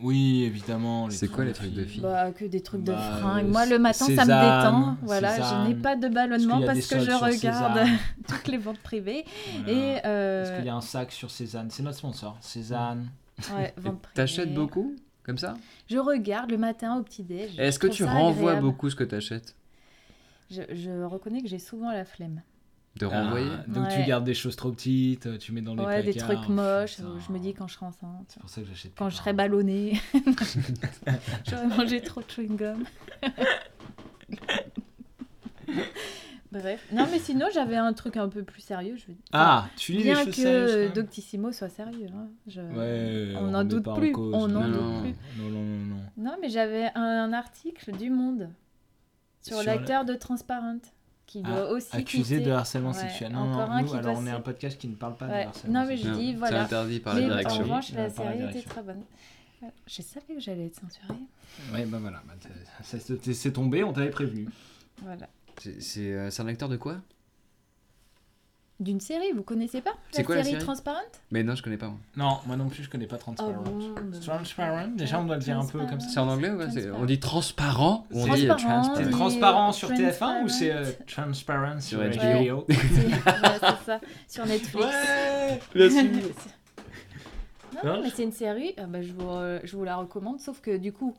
Oui, évidemment.
C'est quoi les trucs de filles
Bah, que des trucs de
Bah,
fringues.
euh,
Moi, le matin, ça
Sésame,
me détend. Voilà,
Sésame.
je n'ai pas de
Est-ce qu'il
ballonnement
y a
parce
des
que je
soldes sur
regarde
Cézanne
[laughs]
Ah.
toutes les ventes privées.
Voilà.
Et. euh,
Est-ce qu'il y a un sac sur Cézanne C'est notre sponsor. Cézanne.
ouais,
Et
[laughs]
ventes
T'achètes
privées.
beaucoup Comme ça
Je regarde le matin au petit-déj.
Est-ce
Je
que
trouve
tu
ça
renvoies
agréable.
beaucoup ce que t'achètes
je, je reconnais que j'ai souvent la flemme.
De renvoyer
Ah, donc tu
Ouais.
gardes des choses trop petites, euh, tu mets dans des
ouais, des
placards,
hein,
trucs moches.
putain.
euh, Je me dis quand je serai enceinte.
C'est pour ça que j'achète.
Quand
plus
je
de
serai
parents.
[laughs]
ballonnée. J'aurais mangé trop de chewing-gum. [laughs] Bref. Non, mais sinon, j'avais un truc un peu plus sérieux. Je veux dire.
Ah, tu lis les
Bien
choses
que
sérieuses,
euh,
quand même
Doctissimo soit sérieux. hein, je-
Ouais,
on n'en
remet
doute
pas
plus.
cause.
on n'en
Non,
doute
non.
plus.
Non, non, non, non.
Non, mais j'avais un article du Monde sur,
Sur
l'acteur de Transparent qui doit
Ah,
aussi
accusé
quitter-
de harcèlement
Ouais,
sexuel. Non,
encore
non,
un
nous,
qui
alors
doit
on est
se-
un podcast qui ne parle pas
Ouais.
de harcèlement
Non, mais je
sexuel.
dis,
Non,
voilà.
C'est interdit par
Mais
la
en
direction.
revanche,
Ah,
la
par la
série était
direction.
très bonne. Euh, Je savais que j'allais être censurée.
Ouais, bah voilà, bah, t'as- ça- c'est c'est tombé, on t'avait prévenu.
Voilà.
C'est- C'est euh, c'est un acteur de quoi
D'une série, vous connaissez pas
C'est quoi, la série
Transparent [laughs]
Mais non, je connais pas. moi.
Non, moi non plus, je connais pas Transparent.
Ah bah.
Transparent, déjà on doit le dire un peu comme ça.
C'est en anglais ouais, c'est- On dit transparent ou on dit euh,
Transparent.
C'est
Oui,
transparent sur TF1
Transparent.
ou c'est euh, Transparent sur
Ouais.
HBO
C'est- ouais, c'est ça, sur Netflix.
[laughs]
Ouais
[laughs] non,
Hein
mais c'est une série, euh, bah, je, vous, euh, je vous la recommande, sauf que du coup,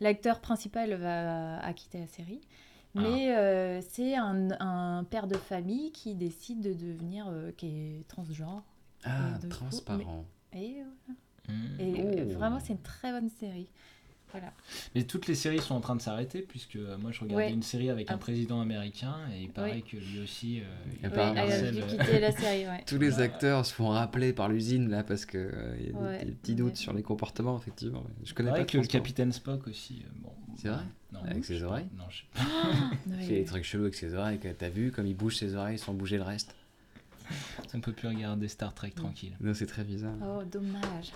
l'acteur principal va a quitté la série. Mais euh, c'est un, un père de famille qui décide de devenir, euh, qui est transgenre.
Ah,
de-
transparent.
Et,
Mm.
et, euh,
Oh.
vraiment, c'est une très bonne série. Voilà.
Mais toutes les séries sont en train de s'arrêter, puisque euh, moi je regardais
Ouais.
une série avec un
Ah.
président américain et il paraît que lui aussi. euh, il
Oui,
Apparemment,
elle Ah, a
harcèle,
dû
euh,
quitter la
[laughs]
série, ouais.
Tous les acteurs se font rappeler par l'usine là parce que euh, il y a des-
Ouais.
des petits doutes sur les comportements effectivement. Je connais
C'est
pas
vrai que le
transparent.
capitaine Spock aussi. euh, bon,
C'est vrai
non,
Avec
je
ses
sais pas.
oreilles
Non, je sais pas.
Il
Ouais.
fait des trucs chelous avec ses oreilles. que T'as vu comme il bouge ses oreilles sans bouger le reste
On peut plus regarder Star
Mm.
Trek tranquille.
Non, c'est très bizarre.
Oh, dommage.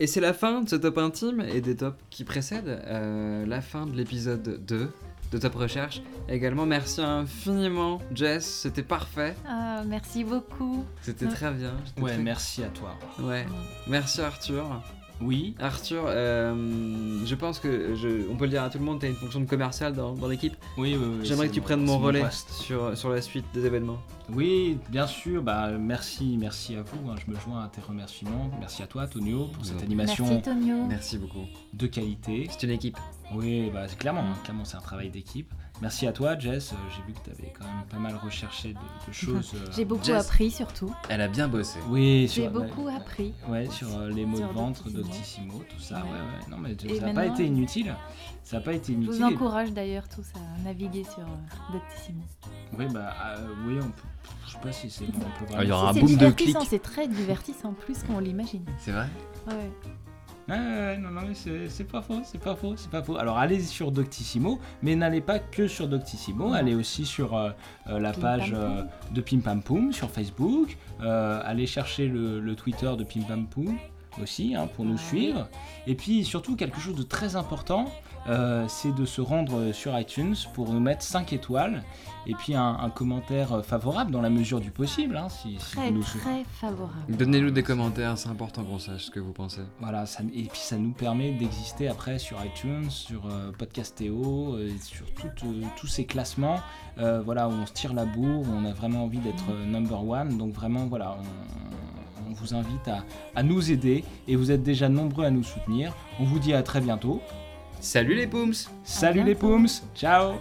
Et c'est la fin de ce top intime et des tops qui précèdent. euh, la fin de l'épisode 2 de Top Recherche. Également, merci infiniment, Jess. C'était parfait.
Ah, merci beaucoup.
C'était
Ouais.
très bien. J'étais
Ouais,
très-
merci à toi.
Ouais. Merci, Arthur.
Oui,
Arthur, euh, je pense que je- on peut le dire à tout le monde, tu as une fonction de commercial dans, dans l'équipe.
oui, oui. oui,
J'aimerais
c'est
que tu prennes
c'est
mon relais
poste.
sur, sur la suite des événements.
Oui, bien sûr. Bah, merci, merci à vous. hein, Je me joins à tes remerciements. Merci à toi, Tonio, pour cette
Merci,
animation
Merci, Tonio.
Merci beaucoup.
de qualité.
C'est une équipe.
Oui, bah, c'est clairement, hein, clairement, c'est un travail d'équipe. Merci à toi, Jess. euh, J'ai vu que tu avais quand même pas mal recherché
[laughs]
de, de choses. euh,
J'ai beaucoup
Jess.
appris, surtout.
Elle a bien bossé.
Oui,
J'ai
sur la-
beaucoup appris.
Ouais, sur euh, les mots de
Sur
ventre,
Doctissimo.
Doctissimo, tout ça. Ouais,
Ouais.
ouais. Non, mais ça
Et
n'a pas
maintenant- euh,
été inutile. Ça n'a pas été
Je
inutile.
vous encourage d'ailleurs tous à naviguer sur euh, Doctissimo.
Oui, bah, euh, oui, on peut. Je sais pas si c'est bon. On peut
Ah, il y aura
Si,
un
c'est
boom de
divertissant,
clics.
C'est très divertissant, plus qu'on l'imagine.
C'est vrai
Ouais.
Ouais, ouais, Ah, ouais, non, non, mais c'est c'est pas faux, c'est pas faux, c'est pas faux. Alors allez sur Doctissimo, mais n'allez pas que sur Doctissimo, allez aussi sur euh, euh, la
Pim
page
Pam
euh, de Pim Pam Poum sur Facebook, euh, allez chercher le, le Twitter de Pim Pam Poum aussi hein, pour nous
Ouais.
suivre. Et puis surtout, quelque chose de très important, euh, c'est de se rendre sur iTunes pour nous mettre 5 étoiles et puis un, un commentaire euh, favorable dans la mesure du possible. hein, si, si
Très,
vous nous
très favorable.
Donnez-nous des commentaires, c'est important qu'on sache ce que vous pensez.
Voilà, ça- et puis ça nous permet d'exister après sur iTunes, sur euh, Podcastéo, euh, sur tout, euh, tous ces classements, euh, voilà, où on se tire la bourre, où on a vraiment envie d'être euh, number one. Donc vraiment, voilà, on, on vous invite à, à nous aider et vous êtes déjà nombreux à nous soutenir. On vous dit à très bientôt.
Salut les Pooms
Salut les
bientôt.
Poums, ciao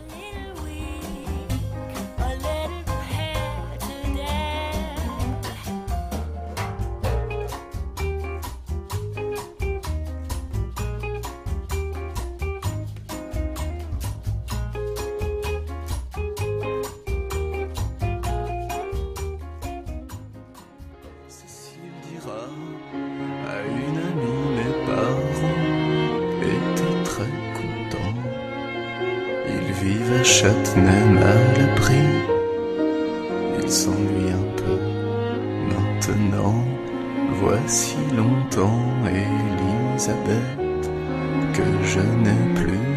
Cécile dira à une amie mes parents étaient très contents. Ils vivent à Châtenay à l'abri. Ils s'ennuient un peu maintenant. Voici longtemps et Élisabeth que je n'ai plus